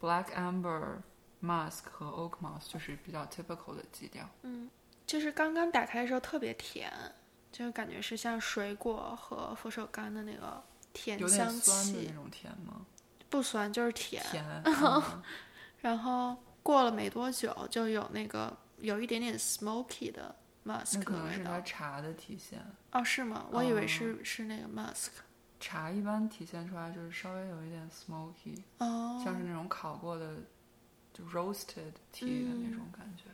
Speaker 1: black amber musk 和 oak moss，就是比较 typical 的基调。
Speaker 2: 嗯，就是刚刚打开的时候特别甜，就感觉是像水果和佛手柑的那个甜
Speaker 1: 有点
Speaker 2: 香
Speaker 1: 酸的那
Speaker 2: 气，
Speaker 1: 种甜吗？
Speaker 2: 不酸就是甜。
Speaker 1: 甜。嗯
Speaker 2: 然后过了没多久，就有那个有一点点 smoky 的 musk
Speaker 1: 那可
Speaker 2: 的
Speaker 1: 能
Speaker 2: 味
Speaker 1: 是哦它
Speaker 2: 道。
Speaker 1: 茶的体现，
Speaker 2: 哦，是吗？我以为是、是那个 musk。
Speaker 1: 茶一般体现出来就是稍微有一点 smoky，、
Speaker 2: 哦、
Speaker 1: 像是那种烤过的，就 roasted tea 的
Speaker 2: 嗯
Speaker 1: 那种感觉，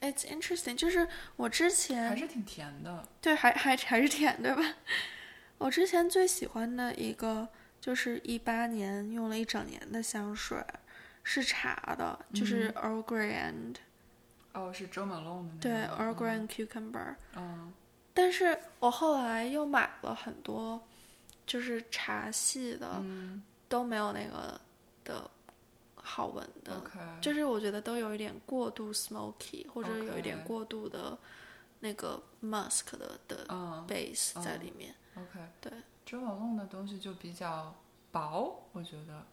Speaker 2: i t s interesting，就是我之
Speaker 1: 还
Speaker 2: 前
Speaker 1: 是挺甜的。
Speaker 2: 对还还还是甜对吧？我之前最喜欢的一个就是一八年用了一整年的香水，是茶的，就是
Speaker 1: 嗯
Speaker 2: Earl Grey and、
Speaker 1: 哦，是 Jo Malone 的那
Speaker 2: 对
Speaker 1: 个
Speaker 2: Earl Grey and Cucumber，
Speaker 1: 嗯
Speaker 2: 但是我后来又买了很多，就是茶系的，
Speaker 1: 嗯
Speaker 2: 都没有那个的好闻的。
Speaker 1: 嗯，OK，
Speaker 2: 就是我觉得都有一点过度 smoky，或者有一点
Speaker 1: OK
Speaker 2: 过度的那个 musk 的的
Speaker 1: 嗯
Speaker 2: base 在里面。
Speaker 1: ，OK，
Speaker 2: 对
Speaker 1: ，Jo Malone 的东西就比较薄，我觉得。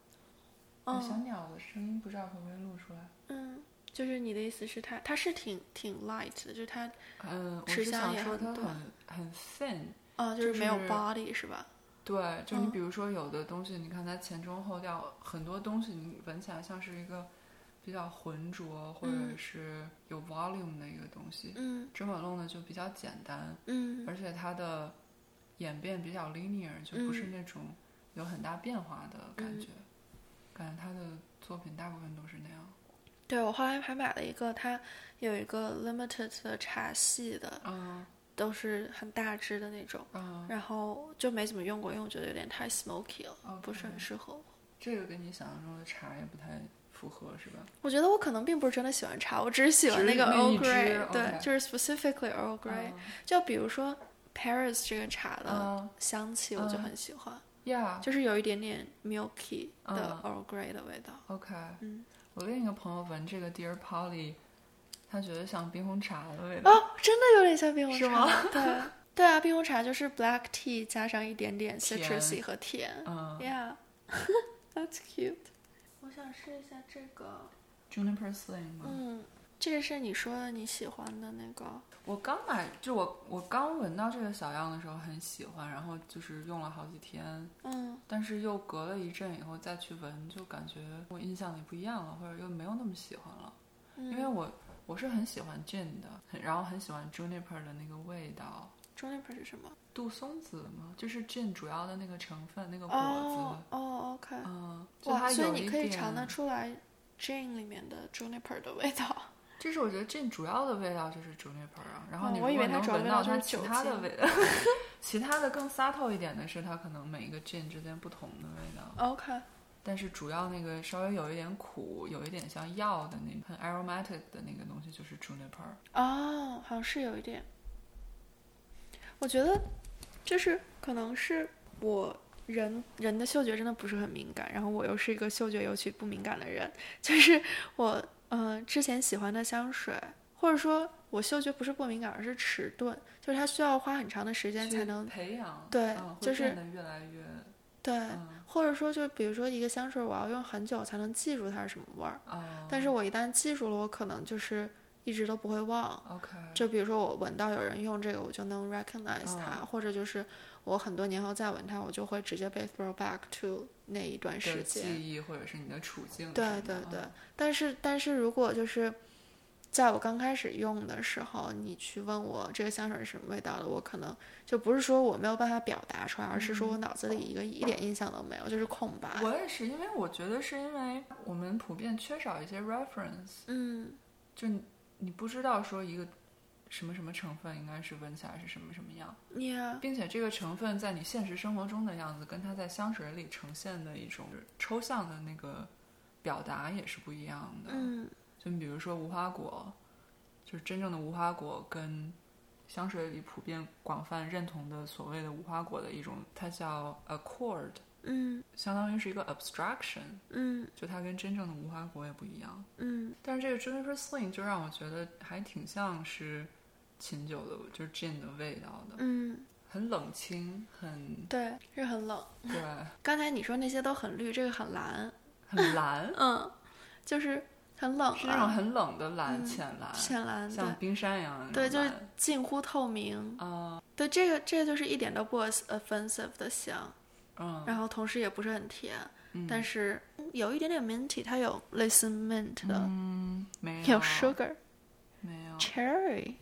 Speaker 1: 有小
Speaker 2: 嗯
Speaker 1: 鸟的声音不知道会不会录出来。
Speaker 2: 嗯，就是你的意思是它它是挺挺 light 的，就是它
Speaker 1: 嗯，我
Speaker 2: 持
Speaker 1: 是
Speaker 2: 香
Speaker 1: 想
Speaker 2: 也
Speaker 1: 说
Speaker 2: 很
Speaker 1: 它
Speaker 2: 短
Speaker 1: 很很 thin，
Speaker 2: 啊、就
Speaker 1: 就是
Speaker 2: 没有
Speaker 1: 是
Speaker 2: body 是吧？
Speaker 1: 对，就你
Speaker 2: 嗯
Speaker 1: 比如说有的东西，你看它前中后调，很多东西你闻起来像是一个比较浑浊或者是有 volume 的一个东西。
Speaker 2: 嗯
Speaker 1: 直板弄的就比较简单，
Speaker 2: 嗯
Speaker 1: 而且它的演变比较 linear，就不是
Speaker 2: 嗯
Speaker 1: 那种有很大变化的感觉。感觉他的作品大部分都是那样。
Speaker 2: 对我后来还买了一个，它有一个 limited 的茶系的，
Speaker 1: 嗯
Speaker 2: 都是很大支的那种，
Speaker 1: 嗯，
Speaker 2: 然后就没怎么用过，因为我觉得有点太 smoky 了，
Speaker 1: OK
Speaker 2: 不是很适合我。
Speaker 1: 这个跟你想象中的茶也不太符合，是吧？
Speaker 2: 我觉得我可能并不是真的喜欢茶，我只是喜欢
Speaker 1: 只是
Speaker 2: 那个
Speaker 1: 那一
Speaker 2: Earl
Speaker 1: 支
Speaker 2: Grey，
Speaker 1: ，OK 哦
Speaker 2: 对，就是 specifically Earl Grey。就比如说 Paris 这个茶的
Speaker 1: 嗯
Speaker 2: 香气，我就很喜欢，
Speaker 1: ，Yeah，OK。
Speaker 2: 就是有一点点 milky 的
Speaker 1: 嗯
Speaker 2: Earl Grey 的味道。嗯
Speaker 1: 我另一个朋友闻这个 Dear Polly，他觉得像冰红茶的味道。
Speaker 2: 哦，真的有点像冰红
Speaker 1: 是
Speaker 2: 茶， 对。对啊，冰红茶就是 black tea 加上一点点
Speaker 1: 甜
Speaker 2: citrusy 和甜。
Speaker 1: 嗯
Speaker 2: Yeah, that's cute. 我想试一下这个。
Speaker 1: ，Juniper Sling 吗？
Speaker 2: 嗯，这个是你说的你喜欢的那个。
Speaker 1: 我刚买，就我我刚闻到这个小样的时候很喜欢，然后就是用了好几天，
Speaker 2: 嗯
Speaker 1: 但是又隔了一阵以后再去闻，就感觉我印象里不一样了，或者又没有那么喜欢了。因为
Speaker 2: 嗯
Speaker 1: 我我是很喜欢 gin 的，很然后很喜欢 juniper 的那个味道。
Speaker 2: ，juniper 是什么？
Speaker 1: 杜松子吗？就是 gin 主要的那个成分，那个果
Speaker 2: 哦
Speaker 1: 子。
Speaker 2: 哦，OK。
Speaker 1: 嗯，就
Speaker 2: 哇，
Speaker 1: 它
Speaker 2: 所以
Speaker 1: 有
Speaker 2: 你
Speaker 1: 一
Speaker 2: 可以
Speaker 1: 点，
Speaker 2: 尝得出来 gin 里面的 juniper 的味道。
Speaker 1: 这是我觉得 gin 主要的味道就是 juniper 啊。然后
Speaker 2: 哦
Speaker 1: 你如
Speaker 2: 我以
Speaker 1: 果
Speaker 2: 为它
Speaker 1: 能
Speaker 2: 主要
Speaker 1: 闻
Speaker 2: 味道
Speaker 1: 到它
Speaker 2: 就是
Speaker 1: 其
Speaker 2: 酒
Speaker 1: 他的
Speaker 2: 精
Speaker 1: 味道， 其他的更 subtle 一点的是它可能每一个 gin 之间不同的味道。
Speaker 2: OK，
Speaker 1: 但是主要那个稍微有一点苦，有一点像药的那很 aromatic 的那个东西就是 juniper。
Speaker 2: 哦，好像是有一点。我觉得就是可能是我人人的嗅觉真的不是很敏感，然后我又是一个嗅觉尤其不敏感的人，就是我嗯、呃之前喜欢的香水，或者说我嗅觉不是不敏感，而是迟钝，就是它需要花很长的时间才
Speaker 1: 去
Speaker 2: 能
Speaker 1: 培养，
Speaker 2: 对
Speaker 1: 嗯、会
Speaker 2: 就是
Speaker 1: 变得越来越，
Speaker 2: 对，
Speaker 1: 嗯，
Speaker 2: 或者说就比如说一个香水，我要用很久才能记住它是什么味儿，
Speaker 1: 哦
Speaker 2: 但是我一旦记住了，我可能就是一直都不会忘。
Speaker 1: OK，
Speaker 2: 就比如说我闻到有人用这个，我就能 recognize
Speaker 1: 嗯
Speaker 2: 它，或者就是我很多年后再闻它，我就会直接被 throw back to 那一段时
Speaker 1: 的
Speaker 2: 间。
Speaker 1: 记忆或者是你的处境什么
Speaker 2: 对
Speaker 1: 的，
Speaker 2: 对对啊
Speaker 1: 嗯，
Speaker 2: 但是但是如果就是在我刚开始用的时候，你去问我这个香水是什么味道的，我可能就不是说我没有办法表达出来，而是说我脑子里一个一点印象都没有，就是空白。
Speaker 1: 嗯哦我也是，因为我觉得是因为我们普遍缺少一些 reference，
Speaker 2: 嗯
Speaker 1: 就你你不知道说一个什么什么成分应该是闻起来是什么什么样，
Speaker 2: ，yeah，
Speaker 1: 并且这个成分在你现实生活中的样子，跟它在香水里呈现的一种抽象的那个表达也是不一样的。
Speaker 2: 嗯
Speaker 1: 就你比如说无花果，就是真正的无花果跟香水里普遍广泛认同的所谓的无花果的一种，它叫 accord，
Speaker 2: 嗯
Speaker 1: 相当于是一个 abstraction，
Speaker 2: 嗯
Speaker 1: 就它跟真正的无花果也不一样。
Speaker 2: 嗯
Speaker 1: 但是这个 juniper sling 就让我觉得还挺像是琴酒的，就是 gin 的味道的，
Speaker 2: 嗯，
Speaker 1: 很冷清，很
Speaker 2: 对，是很冷。
Speaker 1: 对，
Speaker 2: 刚才你说那些都很绿，这个很蓝。
Speaker 1: 很蓝，
Speaker 2: 嗯，就是很冷
Speaker 1: 是那种
Speaker 2: 啊，
Speaker 1: 很冷的蓝，
Speaker 2: 嗯
Speaker 1: 浅蓝，
Speaker 2: 浅蓝，对
Speaker 1: 像冰山一样的那
Speaker 2: 对，
Speaker 1: 种
Speaker 2: 就
Speaker 1: 蓝。
Speaker 2: 是近乎透明。
Speaker 1: 啊，
Speaker 2: 对，这个这个就是一点都不 offensive 的香，
Speaker 1: 嗯，
Speaker 2: 然后同时也不是很甜，
Speaker 1: 嗯
Speaker 2: 但是有一点点 minty，它有类似 mint 的，
Speaker 1: 嗯，没哦
Speaker 2: 有 sugar、
Speaker 1: 没有，
Speaker 2: cherry、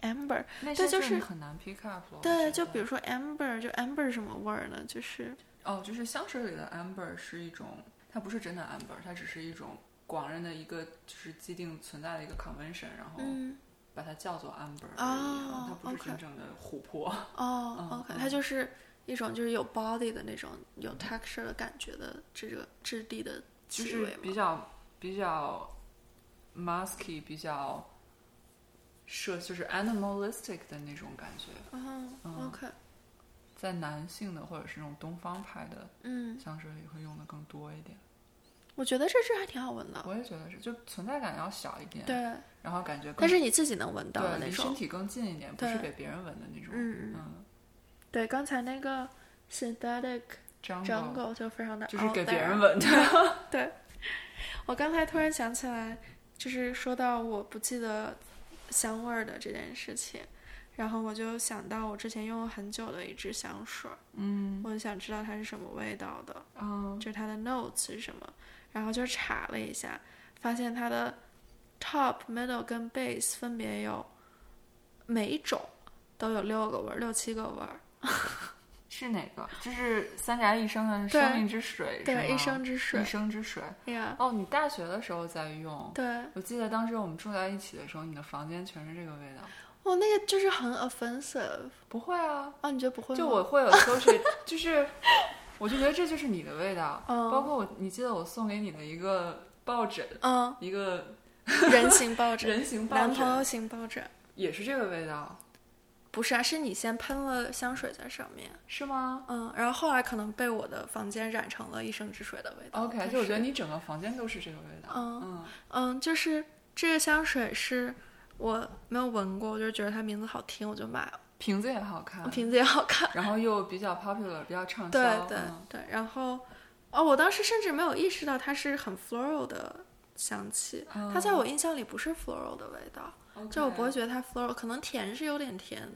Speaker 2: amber。
Speaker 1: 那
Speaker 2: 对
Speaker 1: 些
Speaker 2: 就是
Speaker 1: 很难 pick up 哦了。我
Speaker 2: 对，
Speaker 1: 觉
Speaker 2: 就
Speaker 1: 得
Speaker 2: 比如说 amber，就 amber 是什么味儿呢？就是
Speaker 1: 哦，就是香水里的 amber 是一种，它不是真的 amber，它只是一种广人的一个就是既定存在的一个 convention，然后
Speaker 2: 嗯，
Speaker 1: 把它叫做 amber 而已，
Speaker 2: 哦
Speaker 1: 它不是
Speaker 2: OK
Speaker 1: 真正的琥珀。嗯
Speaker 2: 哦，OK，它
Speaker 1: 嗯
Speaker 2: 就是一种就是有 body 的那种有 texture 的感觉的这个质地的
Speaker 1: 就
Speaker 2: 气
Speaker 1: 是
Speaker 2: 味
Speaker 1: 比
Speaker 2: 嘛。
Speaker 1: 较比较 musky，比较社就是 animalistic 的那种感觉，
Speaker 2: 嗯
Speaker 1: 嗯
Speaker 2: ，OK，
Speaker 1: 在男性的或者是那种东方派的
Speaker 2: 嗯。
Speaker 1: 香水里会用的更多一点。
Speaker 2: 我觉得这支还挺好闻的，
Speaker 1: 我也觉得是，就存在感要小一点，
Speaker 2: 对，
Speaker 1: 然后感觉更
Speaker 2: 但是你自己能闻到的
Speaker 1: 对
Speaker 2: 那
Speaker 1: 离身
Speaker 2: 种。
Speaker 1: 体更近一点，不是
Speaker 2: 对
Speaker 1: 给别人闻的那种。
Speaker 2: 嗯嗯，
Speaker 1: 嗯
Speaker 2: 对，刚才那个 synthetic
Speaker 1: ，jungle
Speaker 2: jungle 就非常的
Speaker 1: 就是给
Speaker 2: out
Speaker 1: 别人
Speaker 2: there
Speaker 1: 闻的。
Speaker 2: 对，我刚才突然想起来，就是说到我不记得香味儿的这件事情，然后我就想到我之前用了很久的一支香水儿，
Speaker 1: 嗯
Speaker 2: 我就想知道它是什么味道的，
Speaker 1: 嗯
Speaker 2: 就是它的 notes 是什么，然后就查了一下，发现它的 top、middle 跟 base 分别有每一种都有六个味儿，六七个味儿。
Speaker 1: 是哪个？这是三宅一生的
Speaker 2: 对
Speaker 1: 生命之水，是吗
Speaker 2: 对，一生之
Speaker 1: 一
Speaker 2: 水
Speaker 1: 生之水。
Speaker 2: 呀。
Speaker 1: 哦，你大学的时候在用，
Speaker 2: 对，
Speaker 1: 我记得当时我们住在一起的时候，你的房间全是这个味道。
Speaker 2: 哦，那个就是很 offensive
Speaker 1: 不会啊，
Speaker 2: 哦，你觉得不会吗？
Speaker 1: 就我会有 associate，就是我就觉得这就是你的味道。
Speaker 2: 嗯
Speaker 1: 包括我，你记得我送给你的一个抱枕，
Speaker 2: 嗯，
Speaker 1: 一个
Speaker 2: 人形抱枕，
Speaker 1: 人形抱
Speaker 2: 男朋
Speaker 1: 枕，
Speaker 2: 友型抱枕，
Speaker 1: 也是这个味道，
Speaker 2: 不是啊，是你先喷了香水在上面，
Speaker 1: 是吗
Speaker 2: 嗯，然后后来可能被我的房间染成了一生之水的味道。
Speaker 1: ？OK，
Speaker 2: 但
Speaker 1: 就我觉得
Speaker 2: 是
Speaker 1: 你整个房间都是这个味道。
Speaker 2: 嗯
Speaker 1: 嗯
Speaker 2: 嗯，就是这个香水是我没有闻过，我就是觉得它名字好听，我就买了，
Speaker 1: 瓶子也好看，
Speaker 2: 瓶子也好看。
Speaker 1: 然后又比较 popular，比较畅销。
Speaker 2: 对对
Speaker 1: 嗯
Speaker 2: 对，然后哦，我当时甚至没有意识到它是很 floral 的香气，它在我印象里不是 floral 的味道，
Speaker 1: 嗯 OK 嗯
Speaker 2: 就我不会觉得它 floral，可能甜是有点甜，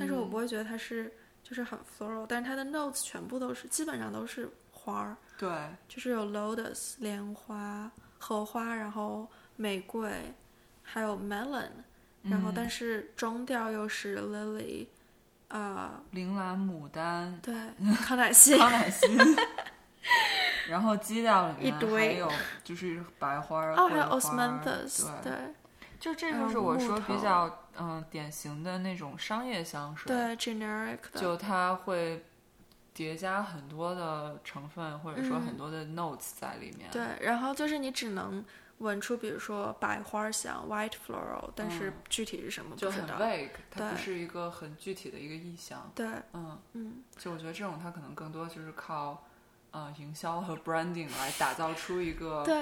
Speaker 2: 但是我不会觉得它是就是很 floral，但是它的 notes 全部都是基本上都是花儿，
Speaker 1: 对，
Speaker 2: 就是有 lotus 莲花、荷花，然后玫瑰，还有 melon，然后
Speaker 1: 嗯
Speaker 2: 但是中调又是 lily，啊、
Speaker 1: 铃兰、牡丹、
Speaker 2: 对，康乃馨，
Speaker 1: 康乃馨， 然后基调里面
Speaker 2: 一堆
Speaker 1: 还有就是白花儿、
Speaker 2: 哦，还有
Speaker 1: 桂花儿
Speaker 2: osmanthus，
Speaker 1: 对，就这就是
Speaker 2: 嗯
Speaker 1: 我
Speaker 2: 木
Speaker 1: 说比
Speaker 2: 头
Speaker 1: 较嗯、典型的那种商业香水，
Speaker 2: 对 generic 的，
Speaker 1: 就它会叠加很多的成分或者说
Speaker 2: 嗯
Speaker 1: 很多的 notes 在里面，
Speaker 2: 对，然后就是你只能闻出，比如说百花香 white floral，但是
Speaker 1: 嗯
Speaker 2: 具体是什么不
Speaker 1: 就
Speaker 2: 知
Speaker 1: 很
Speaker 2: 道。
Speaker 1: vague，它不
Speaker 2: 对
Speaker 1: 是一个很具体的一个意象，
Speaker 2: 对，
Speaker 1: 嗯，
Speaker 2: 嗯，
Speaker 1: 就我觉得这种它可能更多就是靠。呃，营销和 branding 来打造出一个
Speaker 2: 对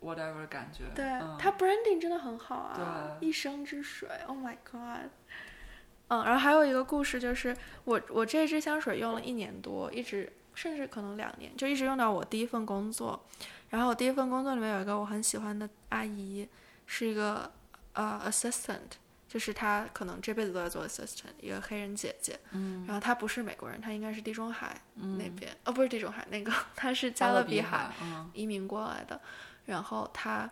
Speaker 1: whatever 感觉。
Speaker 2: 对，
Speaker 1: 嗯、
Speaker 2: 它 branding 真的很好啊，
Speaker 1: 对
Speaker 2: 一生之水，Oh my god。嗯，然后还有一个故事就是，我我这支香水用了一年多，一直甚至可能两年，就一直用到我第一份工作。然后我第一份工作里面有一个我很喜欢的阿姨，是一个呃 assistant，就是她可能这辈子都在做 assistant，一个黑人姐姐。
Speaker 1: 嗯，
Speaker 2: 然后她不是美国人，她应该是地中海
Speaker 1: 嗯
Speaker 2: 那边，哦，不是地中海，那个她是
Speaker 1: 加
Speaker 2: 加勒比海
Speaker 1: 海，嗯，
Speaker 2: 移民过来的。然后他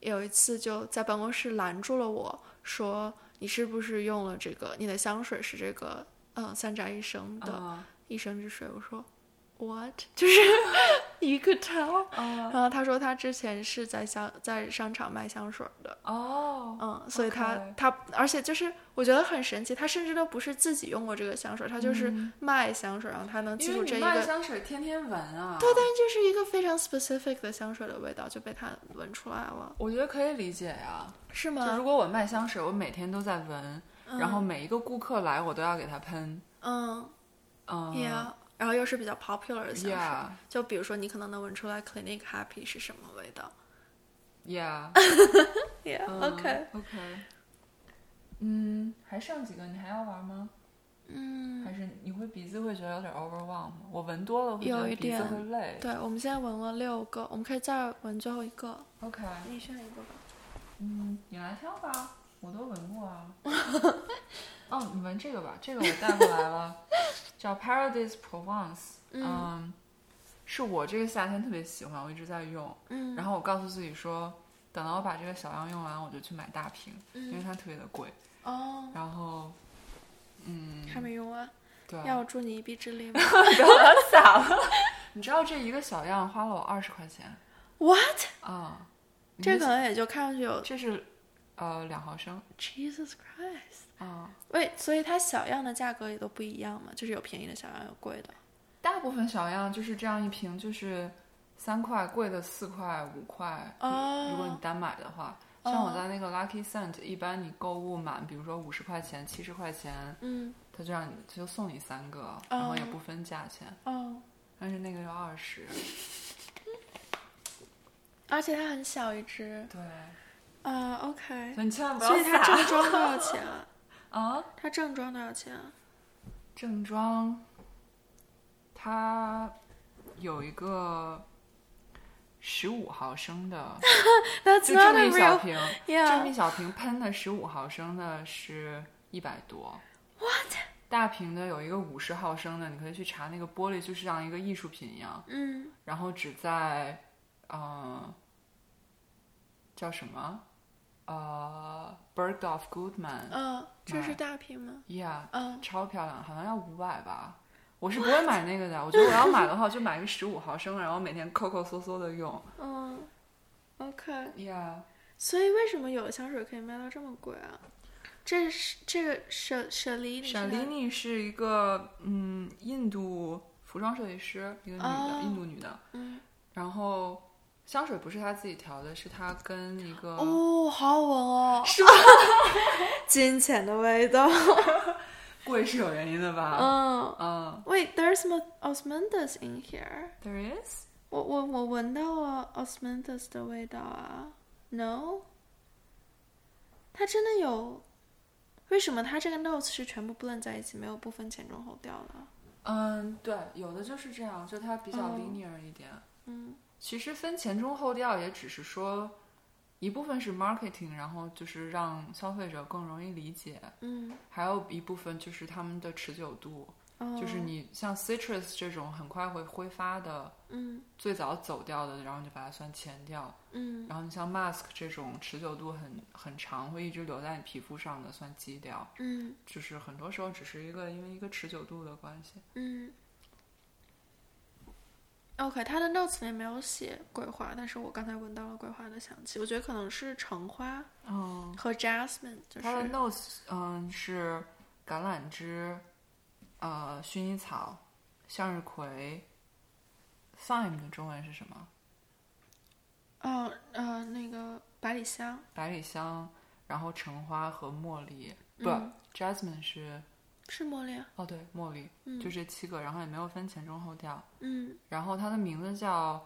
Speaker 2: 有一次就在办公室拦住了我说：“你是不是用了这个？你的香水是这个？嗯，三宅一生的
Speaker 1: 啊
Speaker 2: 一生之水。”我说：“What？” 就是 you could tell。
Speaker 1: 啊
Speaker 2: 然后他说他之前是在香在商场卖香水的，
Speaker 1: 哦，
Speaker 2: 嗯，所以他
Speaker 1: OK
Speaker 2: 他，而且就是我觉得很神奇，他甚至都不是自己用过这个香水，他就是卖香水，然后他能嗯
Speaker 1: 嗯
Speaker 2: 记
Speaker 1: 因
Speaker 2: 住
Speaker 1: 为
Speaker 2: 这
Speaker 1: 你
Speaker 2: 一
Speaker 1: 卖
Speaker 2: 个
Speaker 1: 香水天天闻啊，
Speaker 2: 对，但是就是一个非常 specific 的香水的味道就被他闻出来了，
Speaker 1: 我觉得可以理解呀、
Speaker 2: 是
Speaker 1: 就
Speaker 2: 吗
Speaker 1: 如？果我卖香水，我每天都在闻，
Speaker 2: 嗯
Speaker 1: 然后每一个顾客来，我都要给他喷，
Speaker 2: 嗯
Speaker 1: 嗯
Speaker 2: ，Yeah，然后又是比较 popular 的香水
Speaker 1: Yeah
Speaker 2: 就比如说你可能能闻出来 Clinique Happy 是什么味道
Speaker 1: yeah，嗯
Speaker 2: ，Yeah，OK，、
Speaker 1: OK，嗯，还剩几个？你还要玩吗？
Speaker 2: 嗯，
Speaker 1: 还是你会鼻子会觉得有点 overwhelm 吗？我闻多了会觉
Speaker 2: 有
Speaker 1: 得
Speaker 2: 一
Speaker 1: 鼻子
Speaker 2: 点
Speaker 1: 会累。
Speaker 2: 对，我们现在闻了六个，我们可以再闻最后一个，
Speaker 1: OK，
Speaker 2: 你选一个吧。
Speaker 1: 嗯，你来挑吧，我都闻过 啊。哦，你闻这个吧，这个我带回来了，叫 Paradise Provence。
Speaker 2: 嗯
Speaker 1: 是我这个夏天特别喜欢，我一直在用。
Speaker 2: 嗯，
Speaker 1: 然后我告诉自己说，等到我把这个小样用完，我就去买大瓶，因为
Speaker 2: 嗯，
Speaker 1: 它特别的贵。
Speaker 2: 哦，
Speaker 1: 然后，嗯，
Speaker 2: 还没用完，
Speaker 1: 对，
Speaker 2: 要我助你一臂之力吗
Speaker 1: 洒了。 你知道这一个小样花了我二十块钱
Speaker 2: ？What？
Speaker 1: 啊？你
Speaker 2: 这
Speaker 1: 可
Speaker 2: 可能也就看上去有
Speaker 1: 这是呃两毫
Speaker 2: 嗯
Speaker 1: 升
Speaker 2: Jesus Christ。
Speaker 1: 啊。
Speaker 2: 喂，所以它小样的价格也都不一样嘛，就是有便宜的小样，有贵的。
Speaker 1: 大部分小样就是这样一瓶，就是三块，贵的四块、五块。
Speaker 2: 哦
Speaker 1: 如果你单买的话，
Speaker 2: 哦
Speaker 1: 像我在那个 Lucky Scent，一般你购物满，比如说五十块钱、七十块钱，
Speaker 2: 嗯，
Speaker 1: 他就让你就送你三个，然后也不分价钱。
Speaker 2: 哦，
Speaker 1: 但是那个要二十，
Speaker 2: 而且它很小一只
Speaker 1: 对，
Speaker 2: 啊、o k
Speaker 1: 所以你千万不要
Speaker 2: 所以它
Speaker 1: 撒
Speaker 2: 正装多少钱 啊？
Speaker 1: 啊！
Speaker 2: 它正装多少钱 啊？
Speaker 1: 正装，它有一个十五毫升的，
Speaker 2: That's
Speaker 1: 就这
Speaker 2: not
Speaker 1: 么
Speaker 2: a
Speaker 1: 一小
Speaker 2: real
Speaker 1: 瓶，这么
Speaker 2: yeah
Speaker 1: 一小瓶喷的十五毫升的是一百多。What？大瓶的有一个五十毫升的，你可以去查那个玻璃，就是像一个艺术品一样，
Speaker 2: 嗯
Speaker 1: 然后只在，嗯、呃，叫什么？呃，Bergdorf Goodman，
Speaker 2: 嗯，这是
Speaker 1: 买
Speaker 2: 大屏吗？
Speaker 1: yeah，
Speaker 2: 嗯，
Speaker 1: 超漂亮，好像要五百吧。我是不会买那个的，我觉得我要买的话，我就买一个十五毫升的，然后每天抠抠搜搜的用。
Speaker 2: 嗯，OK。
Speaker 1: Yeah，
Speaker 2: 所以为什么有的香水可以卖到这么贵啊？这是这个舍舍利，
Speaker 1: 闪丽妮是一个嗯印度服装设计师，一个女的，
Speaker 2: 哦
Speaker 1: 印度女的。
Speaker 2: 嗯，
Speaker 1: 然后香水不是她自己调的，是她跟一个、
Speaker 2: 哦，好好闻哦，是吗？ 金钱的味道，
Speaker 1: 贵是有原因的吧？
Speaker 2: 嗯。
Speaker 1: 嗯
Speaker 2: Wait, there's m osmanthus in here.
Speaker 1: t h e r e is
Speaker 2: 我我我闻到了 osmanthus 的味道啊。No，它真的有。为什么它这个 notes 是全部 blend 在一起，没有不分前中后调的？
Speaker 1: 嗯，对，有的就是这样，就它比较
Speaker 2: 嗯
Speaker 1: linear 一点。
Speaker 2: 嗯
Speaker 1: 其实分前中后调也只是说，一部分是 marketing，然后就是让消费者更容易理解，
Speaker 2: 嗯，
Speaker 1: 还有一部分就是他们的持久度，
Speaker 2: 哦
Speaker 1: 就是你像 citrus 这种很快会挥发的，
Speaker 2: 嗯
Speaker 1: 最早走掉的，然后你就把它算前调，
Speaker 2: 嗯
Speaker 1: 然后你像 mask 这种持久度很很长，会一直留在你皮肤上的算基调，
Speaker 2: 嗯
Speaker 1: 就是很多时候只是一个因为一个持久度的关系。
Speaker 2: 嗯。OK，它的 notes 里没有写桂花，但是我刚才闻到了桂花的香气，我觉得可能是橙花
Speaker 1: 嗯，
Speaker 2: 和 jasmine，就
Speaker 1: 它的
Speaker 2: 是
Speaker 1: notes 嗯是橄榄枝、呃薰衣草、向日葵。thyme 的中文是什么？
Speaker 2: 哦呃那个百里香，
Speaker 1: 百里香，然后橙花和茉莉。不、
Speaker 2: 嗯
Speaker 1: j a s m i n e 是
Speaker 2: 是茉莉啊，
Speaker 1: 哦对，茉莉、
Speaker 2: 嗯
Speaker 1: 就这七个，然后也没有分前中后调。
Speaker 2: 嗯
Speaker 1: 然后它的名字叫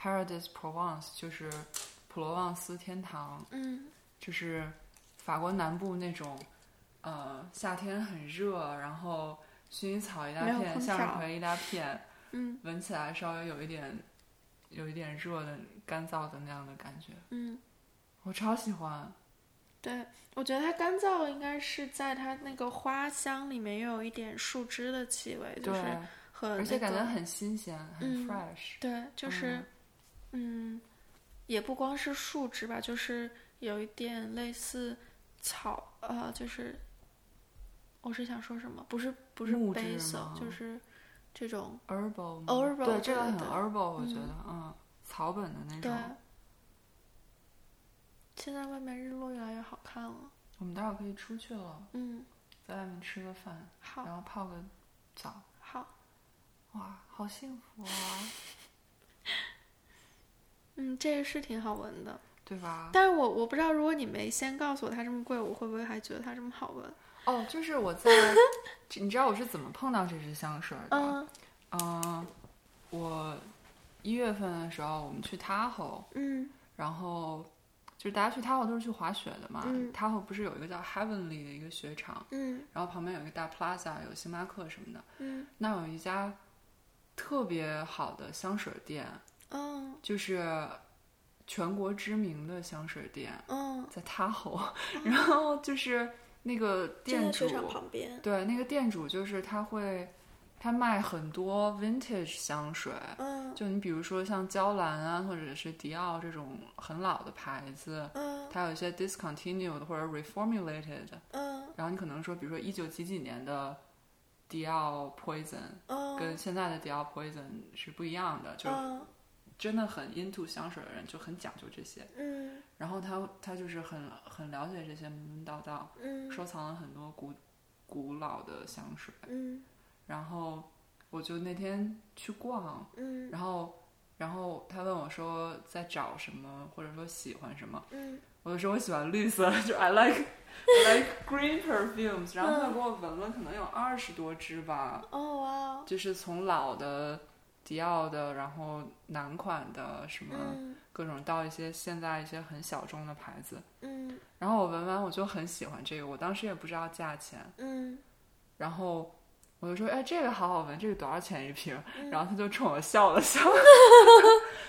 Speaker 1: Paradise Provence，就是普罗旺斯天堂，
Speaker 2: 嗯
Speaker 1: 就是法国南部那种，呃，夏天很热，然后薰衣草一大
Speaker 2: 没有
Speaker 1: 片，
Speaker 2: 空
Speaker 1: 向日
Speaker 2: 调
Speaker 1: 葵一大片，
Speaker 2: 嗯
Speaker 1: 闻起来稍微有一点有一点热的干燥的那样的感觉，
Speaker 2: 嗯，
Speaker 1: 我超喜欢。
Speaker 2: 对，我觉得它干燥应该是在它那个花香里面又有一点树枝的气味，就
Speaker 1: 对，
Speaker 2: 是和、那个、
Speaker 1: 而且感觉很新鲜，很
Speaker 2: 嗯
Speaker 1: fresh。
Speaker 2: 对，就是嗯也不光是树枝吧，就是有一点类似草，呃，就是我是想说什么，不是不是
Speaker 1: 木质
Speaker 2: basil，
Speaker 1: 吗
Speaker 2: 就是这种
Speaker 1: herbal 吗
Speaker 2: Herbal，
Speaker 1: 对，
Speaker 2: 对
Speaker 1: 这个
Speaker 2: 对
Speaker 1: 很
Speaker 2: 对
Speaker 1: herbal，我觉
Speaker 2: 嗯
Speaker 1: 得，嗯，草本的那
Speaker 2: 对
Speaker 1: 种。。
Speaker 2: 现在外面日落越来越好看了，
Speaker 1: 我们待会儿可以出去了，
Speaker 2: 嗯，
Speaker 1: 在外面吃个饭，
Speaker 2: 好
Speaker 1: 然后泡个澡，
Speaker 2: 好。
Speaker 1: 哇，好幸 福啊，
Speaker 2: 嗯，这个是挺好闻的，
Speaker 1: 对吧？
Speaker 2: 但是我我不知道，如果你没先告诉我它这么贵，我会不会还觉得它这么好闻？
Speaker 1: 哦，就是我 在，这你知道我是怎么碰到这支香水的？
Speaker 2: 嗯
Speaker 1: 嗯我一月份的时候我们去 Tahoe，
Speaker 2: 嗯
Speaker 1: 然后就是大家去 Tahoe 都是去滑雪的嘛、
Speaker 2: 嗯
Speaker 1: t a h o e 不是有一个叫 Heavenly 的一个雪场，
Speaker 2: 嗯
Speaker 1: 然后旁边有一个大 Plaza，有星巴克什么的，
Speaker 2: 嗯
Speaker 1: 那有一家特别好的香水店，
Speaker 2: 嗯
Speaker 1: 就是全国知名的香水店，
Speaker 2: 嗯，
Speaker 1: 在他吼， 然后就是那个
Speaker 2: 就在
Speaker 1: 店
Speaker 2: 雪
Speaker 1: 主，
Speaker 2: 场旁边。
Speaker 1: 对，那个店主就是他会，他卖很多 vintage 香水，
Speaker 2: 嗯
Speaker 1: 就你比如说像娇兰啊，或者是迪奥这种很老的牌子，
Speaker 2: 嗯
Speaker 1: 它有一些 discontinued 或者 reformulated，
Speaker 2: 嗯
Speaker 1: 然后你可能说，比如说一九几几年的迪奥 Poison 跟
Speaker 2: 嗯
Speaker 1: 现在的迪奥 Poison 是不一样的，就是
Speaker 2: 嗯
Speaker 1: 真的很 into 香水的人就很讲究这些。
Speaker 2: 嗯
Speaker 1: 然后他他就是很很了解这些门门道道，
Speaker 2: 嗯
Speaker 1: 收藏了很多古古老的香水。
Speaker 2: 嗯
Speaker 1: 然后我就那天去逛，
Speaker 2: 嗯
Speaker 1: 然后然后他问我说在找什么，或者说喜欢什么，
Speaker 2: 嗯
Speaker 1: 我就说我喜欢绿色， 就 I like I like green perfumes。然后他就给我闻了可能有二十多支吧，
Speaker 2: 哦哇，
Speaker 1: 就是从老的迪奥的，然后男款的什么。
Speaker 2: 嗯
Speaker 1: 各种到一些现在一些很小众的牌子。
Speaker 2: 嗯
Speaker 1: 然后我闻完我就很喜欢这个，我当时也不知道价钱，
Speaker 2: 嗯
Speaker 1: 然后我就说：“哎，这个好好闻，这个多少钱一瓶？”
Speaker 2: 嗯
Speaker 1: 然后他就冲我笑了笑，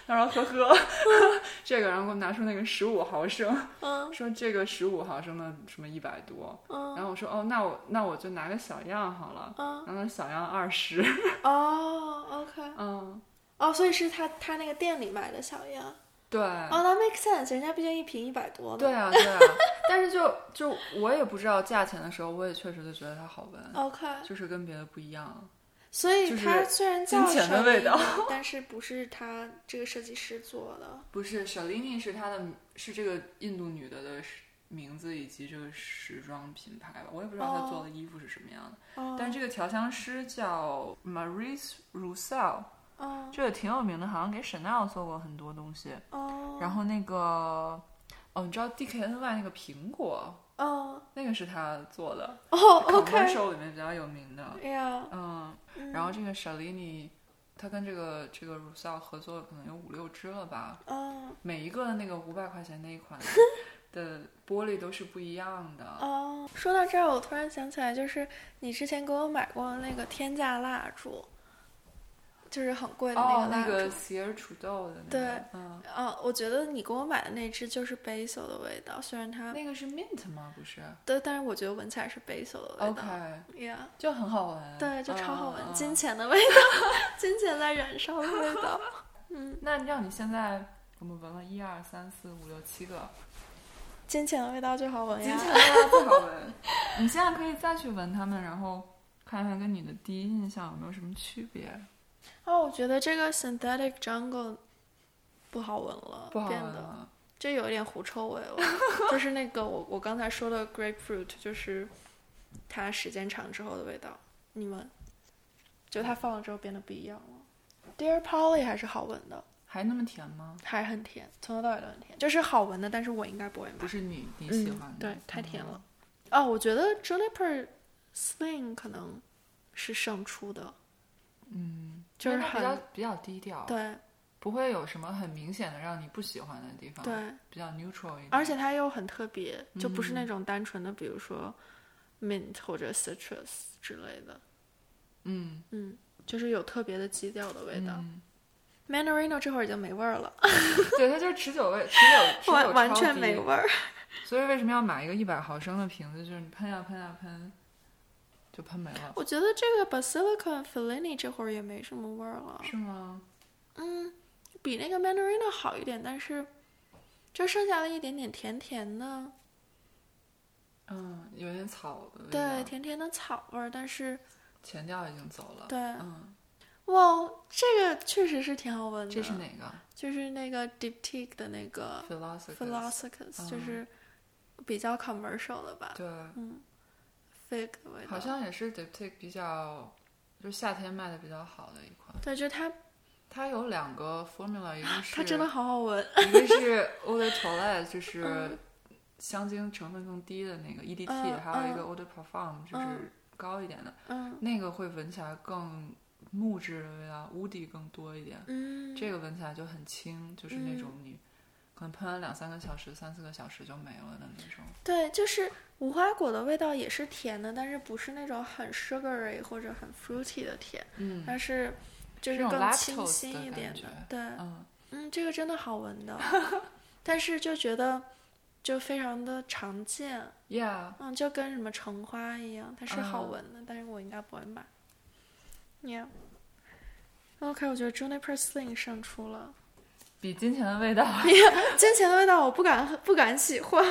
Speaker 1: 他说：“呵呵， 这个。”然后给我拿出那个十五毫升，
Speaker 2: 嗯
Speaker 1: 说这个十五毫升的什么一百多。
Speaker 2: 嗯
Speaker 1: 然后我说：“哦，那我那我就拿个小样好了。”
Speaker 2: 嗯
Speaker 1: 然后小样二十，
Speaker 2: 哦 OK
Speaker 1: 嗯，
Speaker 2: 哦，所以是他他那个店里买的小样。
Speaker 1: 对，
Speaker 2: 哦，那 make sense，人家毕竟一瓶一百多呢。
Speaker 1: 嗯对啊，对啊。但是就就我也不知道价钱的时候，我也确实就觉得它好闻，
Speaker 2: ，OK，
Speaker 1: 就是跟别的不一样。
Speaker 2: 所以
Speaker 1: 就是
Speaker 2: 它虽然叫
Speaker 1: 金钱的味道
Speaker 2: Chanel，但是不是它这个设计师做的。
Speaker 1: 不是 Shalini 是她的，是这个印度女的的时名字以及这个时装品牌吧，我也不知道她
Speaker 2: 哦
Speaker 1: 做的衣服是什么样的。
Speaker 2: 哦，
Speaker 1: 但是这个调香师叫 Maurice Roussel，
Speaker 2: 哦
Speaker 1: 这个挺有名的，好像给 Chanel 做过很多东西。
Speaker 2: 哦，
Speaker 1: 然后那个，哦，你知道 DKNY 那个苹果，
Speaker 2: 哦
Speaker 1: 那个是他做的
Speaker 2: 哦
Speaker 1: c o m m e r
Speaker 2: ，OK，
Speaker 1: c i a l 里面比较有名的。
Speaker 2: 哎呀，
Speaker 1: 嗯，
Speaker 2: 嗯
Speaker 1: 然后这个 Shalini，他跟这个这个 Roussel 合作了可能有五六支了吧，
Speaker 2: 嗯
Speaker 1: 每一个的那个五百块钱那一 款的玻璃都是不一样的。
Speaker 2: 哦，说到这儿，我突然想起来，就是你之前给我买过的那个天价蜡烛，就是很贵的
Speaker 1: 哦，
Speaker 2: 蜡
Speaker 1: 那
Speaker 2: 烛。
Speaker 1: 个喜尔土豆的那个，
Speaker 2: 对
Speaker 1: 嗯，
Speaker 2: 啊，我觉得你给我买的那只就是 basil 的味道，虽然它
Speaker 1: 那个是 mint 吗？不是
Speaker 2: 对，但是我觉得闻起来是 basil 的味
Speaker 1: ？OK，
Speaker 2: 道。Yeah，
Speaker 1: 就很好闻。
Speaker 2: 呃对，就超好闻，
Speaker 1: 嗯
Speaker 2: 金。钱的味道， 金钱在燃烧的味道。
Speaker 1: 嗯那让你现在，我们闻了一二三四五六七个，
Speaker 2: 金钱的味道最好闻
Speaker 1: 金
Speaker 2: 呀
Speaker 1: 钱！的味道最好闻。你现在可以再去闻它们，然后看看跟你的第一印象有没有什么区别。
Speaker 2: 哦，我觉得这个 synthetic jungle 不好闻了，
Speaker 1: 不好闻
Speaker 2: 哦变得
Speaker 1: 了。
Speaker 2: 这有一点狐臭味了， 就是那个我我刚才说的 grapefruit，就是它时间长之后的味道。你们就它放了之后变得不一样了。Dear Polly 还是好闻的，
Speaker 1: 还那么甜吗？
Speaker 2: 还很甜，从头到尾都很甜，就是好闻的，但是我应该不会买
Speaker 1: 不。是你你喜欢的，
Speaker 2: 嗯对，太甜了。哦，我觉得 Juniper Sling 可能是胜出的，
Speaker 1: 嗯，
Speaker 2: 就
Speaker 1: 因
Speaker 2: 是
Speaker 1: 为它比较
Speaker 2: 很
Speaker 1: 比较低调，
Speaker 2: 对
Speaker 1: 不会有什么很明显的让你不喜欢的地方，，
Speaker 2: 对，
Speaker 1: 比较 neutral 一点，
Speaker 2: 而且它又很特别，就不是那
Speaker 1: 嗯
Speaker 2: 种单纯的，比如说 mint 或者 citrus 之类的，
Speaker 1: 嗯，
Speaker 2: 嗯，就是有特别的基调的味道。
Speaker 1: 嗯
Speaker 2: Mandarino 这会儿已经没味儿了，
Speaker 1: 对，它就是持久味，持久持久
Speaker 2: 完完
Speaker 1: 超
Speaker 2: 全
Speaker 1: 低
Speaker 2: 没味儿。
Speaker 1: 所以为什么要买一个一百毫升的瓶子？就是你喷呀喷呀喷，就喷没了，
Speaker 2: 我觉得这个 Basilica Fellini 这会儿也没什么味儿了，
Speaker 1: 是吗？
Speaker 2: 嗯，比那个 Mandarino 好一点，但是就剩下了一点点甜甜的，
Speaker 1: 嗯，有点草的味
Speaker 2: 对，
Speaker 1: 道，
Speaker 2: 甜甜的草味儿，但是
Speaker 1: 前调已经走了。
Speaker 2: 对，
Speaker 1: 嗯，
Speaker 2: 哇，这个确实是挺好闻的，
Speaker 1: 这是哪个
Speaker 2: 就是那个 Diptyque 的那个。
Speaker 1: ？Philosophy。
Speaker 2: Philosophers，
Speaker 1: 嗯
Speaker 2: 就是比较 commercial 的吧
Speaker 1: 对，
Speaker 2: ，fig 的味道。
Speaker 1: 好像也是 Diptyque 比较，就是夏天卖的比较好的一款。
Speaker 2: 对，就是它，
Speaker 1: 它有两个 formula，一个是
Speaker 2: 它真的好好闻。
Speaker 1: 一个是 eau de toilette，就是 香精成分更低的那个 EDT，、
Speaker 2: 嗯
Speaker 1: 还有一
Speaker 2: 嗯
Speaker 1: 个 eau de parfum，就是高一点的，
Speaker 2: 嗯
Speaker 1: 那个会闻起来更木质的味道，屋底更多一点。
Speaker 2: 嗯，
Speaker 1: 这个闻起来就很轻，就是那种你可能喷完两三个小时、三四个小时就没了的那种。
Speaker 2: 对，就是无花果的味道也是甜的，但是不是那种很 sugary 或者很 fruity 的甜，
Speaker 1: 嗯
Speaker 2: 它是就是
Speaker 1: 这种
Speaker 2: 更清
Speaker 1: lactose
Speaker 2: 新
Speaker 1: 的
Speaker 2: 一点
Speaker 1: 感觉
Speaker 2: 对，
Speaker 1: 嗯，
Speaker 2: 嗯，这个真的好 闻的，但是就觉得就非常的常见，
Speaker 1: ，Yeah，
Speaker 2: 嗯，就跟什么橙花一样，它是好
Speaker 1: 嗯
Speaker 2: 闻的，但是我应该不会买。Yeah。OK，我觉得 Juniper Sling 胜出了。
Speaker 1: 比金钱的味 道。
Speaker 2: 金钱的味道我不敢不敢喜欢，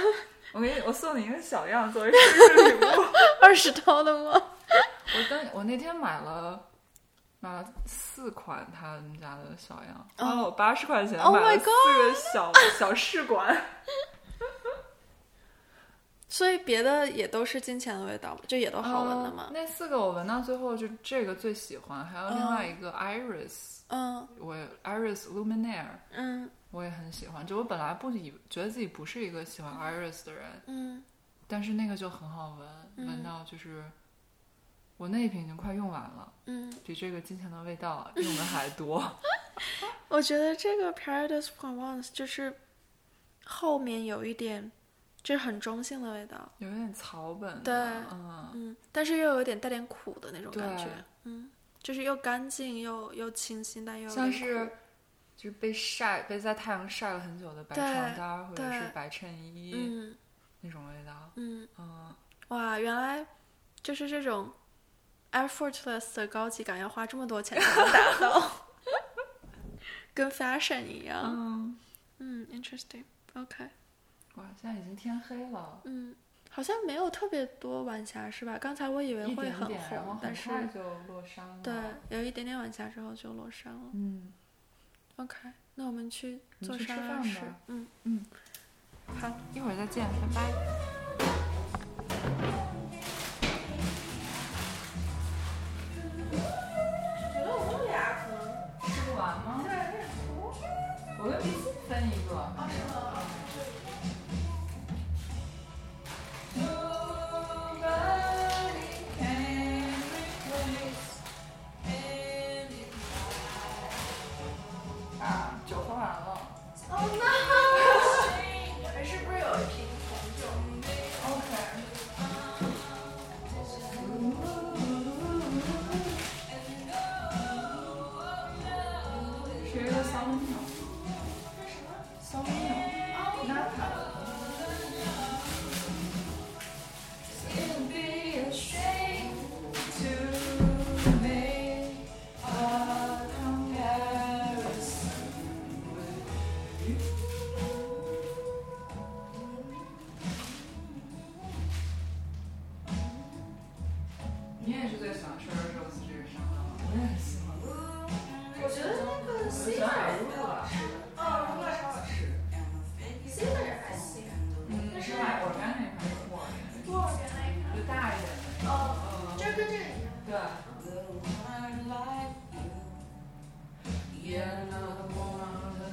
Speaker 1: 我给你，我送你一个小样作为生日礼物。
Speaker 2: 二十刀的吗？
Speaker 1: 我当我那天买了。买了四款他们家的小样，花了我八十块钱
Speaker 2: Oh
Speaker 1: 买
Speaker 2: my
Speaker 1: 了四个 小小试管。
Speaker 2: 所以别的也都是金钱的味道，就也都好闻的
Speaker 1: 哦
Speaker 2: 吗？
Speaker 1: 那四个我闻到最后就这个最喜欢，还有另外一个 Iris，、
Speaker 2: 嗯
Speaker 1: 我也 Iris Luminaire
Speaker 2: 嗯
Speaker 1: 我也很喜欢。就我本来不以觉得自己不是一个喜欢 Iris 的人，
Speaker 2: 嗯
Speaker 1: 但是那个就很好闻，
Speaker 2: 嗯
Speaker 1: 闻到就是我那一瓶已经快用完了，
Speaker 2: 嗯，
Speaker 1: 比这个金钱的味道啊用的还多。
Speaker 2: 嗯我觉得这个 Paradise Provence 就是后面有一点，就是很中性的味道，
Speaker 1: 有点草本的，
Speaker 2: 对
Speaker 1: 嗯，
Speaker 2: 嗯，但是又有点带点苦的那种感觉
Speaker 1: 对，
Speaker 2: 嗯，就是又干净又又清新，但又有
Speaker 1: 像
Speaker 2: 点
Speaker 1: 是
Speaker 2: 苦
Speaker 1: 就是被晒被在太阳晒了很久的白
Speaker 2: 对
Speaker 1: 床单儿或者
Speaker 2: 对
Speaker 1: 是白衬衣
Speaker 2: 嗯
Speaker 1: 那种味道，
Speaker 2: 嗯，
Speaker 1: 嗯，
Speaker 2: 哇，原来就是这种 effortless 的高级感要花 这么多钱才能达到，跟 fashion 一样，
Speaker 1: 嗯
Speaker 2: 嗯，interesting。OK，
Speaker 1: 哇，现在已经天黑了，
Speaker 2: 嗯，好像没有特别多晚霞是吧？刚才我以为
Speaker 1: 一
Speaker 2: 会
Speaker 1: 点一
Speaker 2: 很
Speaker 1: 点，然后
Speaker 2: 红，但
Speaker 1: 很
Speaker 2: 是
Speaker 1: 快就落山了。
Speaker 2: 对，有一点点晚霞之后就落山了。
Speaker 1: 嗯，
Speaker 2: OK，那我们去
Speaker 1: 你
Speaker 2: 做
Speaker 1: 去吃
Speaker 2: 沙拉
Speaker 1: 饭
Speaker 2: 吃
Speaker 1: 吧。
Speaker 2: 嗯
Speaker 1: 嗯，
Speaker 2: 好。
Speaker 1: 一会儿再见，拜拜。
Speaker 2: 觉得我们俩可能
Speaker 1: 吃不完吗？我跟 B C 分一个。啊，酒喝完了。
Speaker 2: 还是不是有一瓶红酒？
Speaker 1: 是一个香槟酒。香槟酒。纳卡。你也是最喜欢吃 rose 这个商吗？我也很喜欢。
Speaker 2: 嗯我觉得那个
Speaker 1: 喜欢海陆啊。
Speaker 2: 哦，如果是新的人还行，
Speaker 1: 嗯，是买 organic 还是 w o r
Speaker 2: 不过原来看
Speaker 1: 就大一点的。嗯
Speaker 2: 哦，这跟这个一样。
Speaker 1: 对。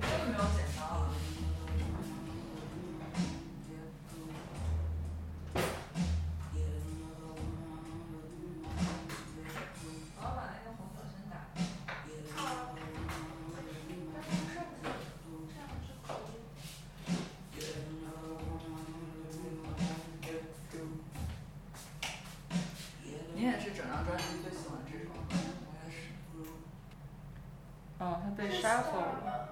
Speaker 1: 没有剪刀啊。我要把那个红酒先打开。你也是整张专辑最喜欢这首吗？我也是。哦，它被 shuffle 了。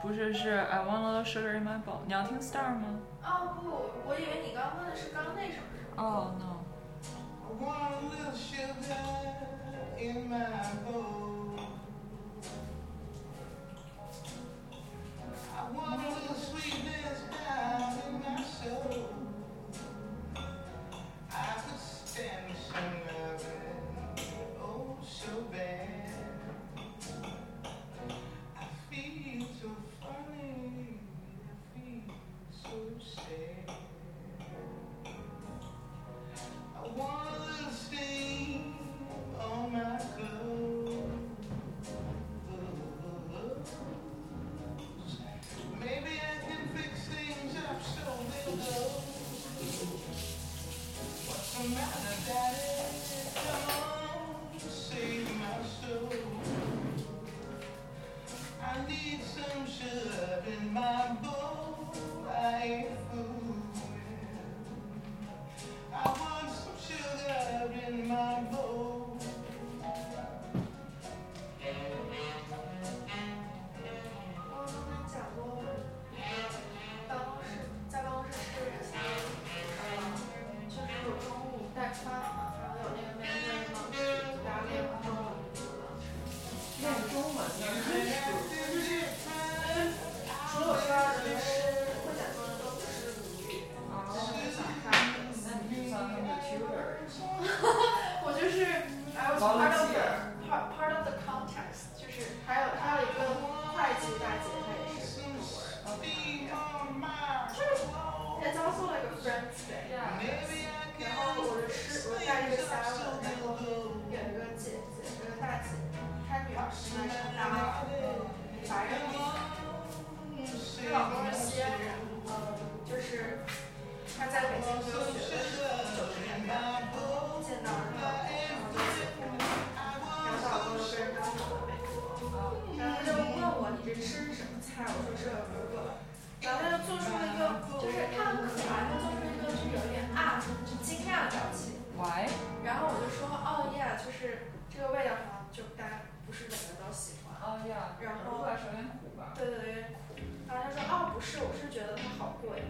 Speaker 1: 不是，是 I want a little sugar in my bowl。你要听 Star 吗？
Speaker 2: 哦
Speaker 3: Oh,
Speaker 2: 不，我以为你刚问的是刚那首是吧？
Speaker 1: 哦、no。
Speaker 3: I want a little sugar in my bowl. I want a little sweetness down in my soul. I could stand some loving, oh so bad. I feel so funny, I feel so sad. I want a little stain on my clothes. Maybe I can fix things up so they'll go. What's the matter, Daddy? Come on, save my soul. I need some sugar in my bowl. I ain't fooling. I want some sugar in my bowl.
Speaker 2: Oh, 刚才讲过了。
Speaker 3: I
Speaker 2: 我就是 I was part of the part part of the context，就是还有还有一个会计大姐，她也是中国人，也遭受了一个 friends day，然后我的师我带一个 seven，然后有一个姐姐，有一个大姐，她女儿是南方白人，她老公是西安人，就是她在北京留学的时候，九十年代。见到人老公，然后就结婚了，然后老公又跟人家走了美国，然后他就问我你这吃什么菜，我说是胡萝卜，然后他就做出了一个，就是他很可爱，他做出一个就是有一点啊惊讶的表情，
Speaker 1: Why？
Speaker 2: 然后我就说哦耶，就是这个味道好像就大家不是每个人都喜欢，
Speaker 1: 哦呀
Speaker 2: 然后
Speaker 1: 来首先苦吧。
Speaker 2: 对对对，然后他说哦不是，我是觉得它好贵，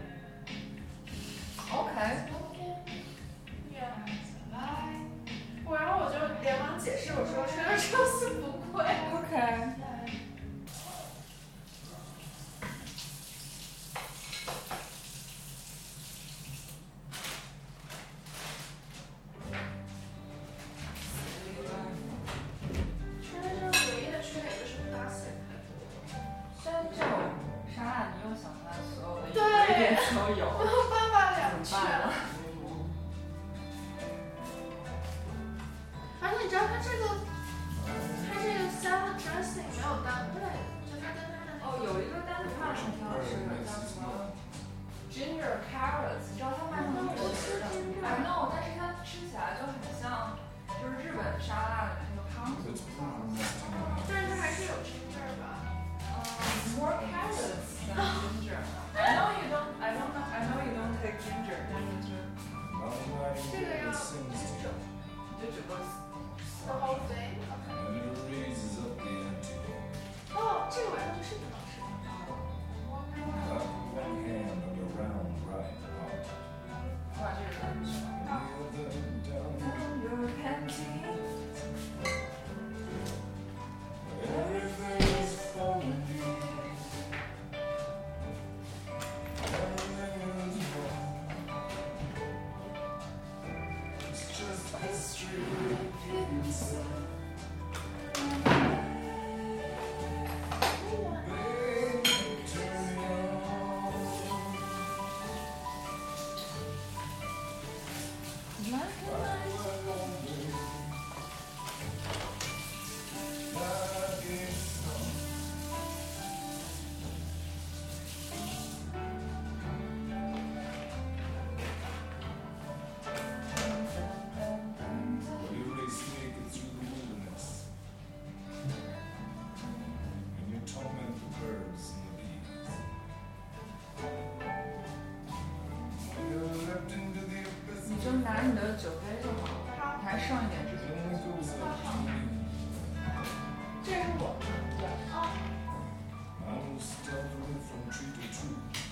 Speaker 1: OK。
Speaker 2: 我然后我就连忙解释，我说吃的寿司不贵。
Speaker 1: OK。
Speaker 2: 吃的就是唯一的缺点就是不打显太多。
Speaker 1: 山咒沙拉，你又想到它所有的
Speaker 2: 对
Speaker 1: 优点都有，
Speaker 2: 然后爸爸
Speaker 1: 怎
Speaker 2: 两
Speaker 1: 么办
Speaker 2: 全
Speaker 1: 呢，？
Speaker 2: 而且你知道它这个，它这个 salad dressing 没有单位，就它跟它的那
Speaker 1: 哦，有一个单子卖的挺好吃的，叫什么 ginger carrots，你知道它卖的很多吃的，I know，但是它吃起来就很像就是日本沙拉里那个汤底一样，
Speaker 2: 个，但是它还是有 ginger 吧。
Speaker 1: 嗯，more carrots than ginger。I know you don't, I don't know, I know you don't take ginger，但是就就只不过
Speaker 2: The whole thing。哦，这个晚上就是挺好吃的。
Speaker 1: 哇，这个很爽。Your panties.
Speaker 3: Just history repeating itself. Baby, turn it on.
Speaker 1: 你就拿你的酒杯就好了，你还剩一点这个。
Speaker 2: 这是我。哦
Speaker 3: I'm stumbling from tree to tree.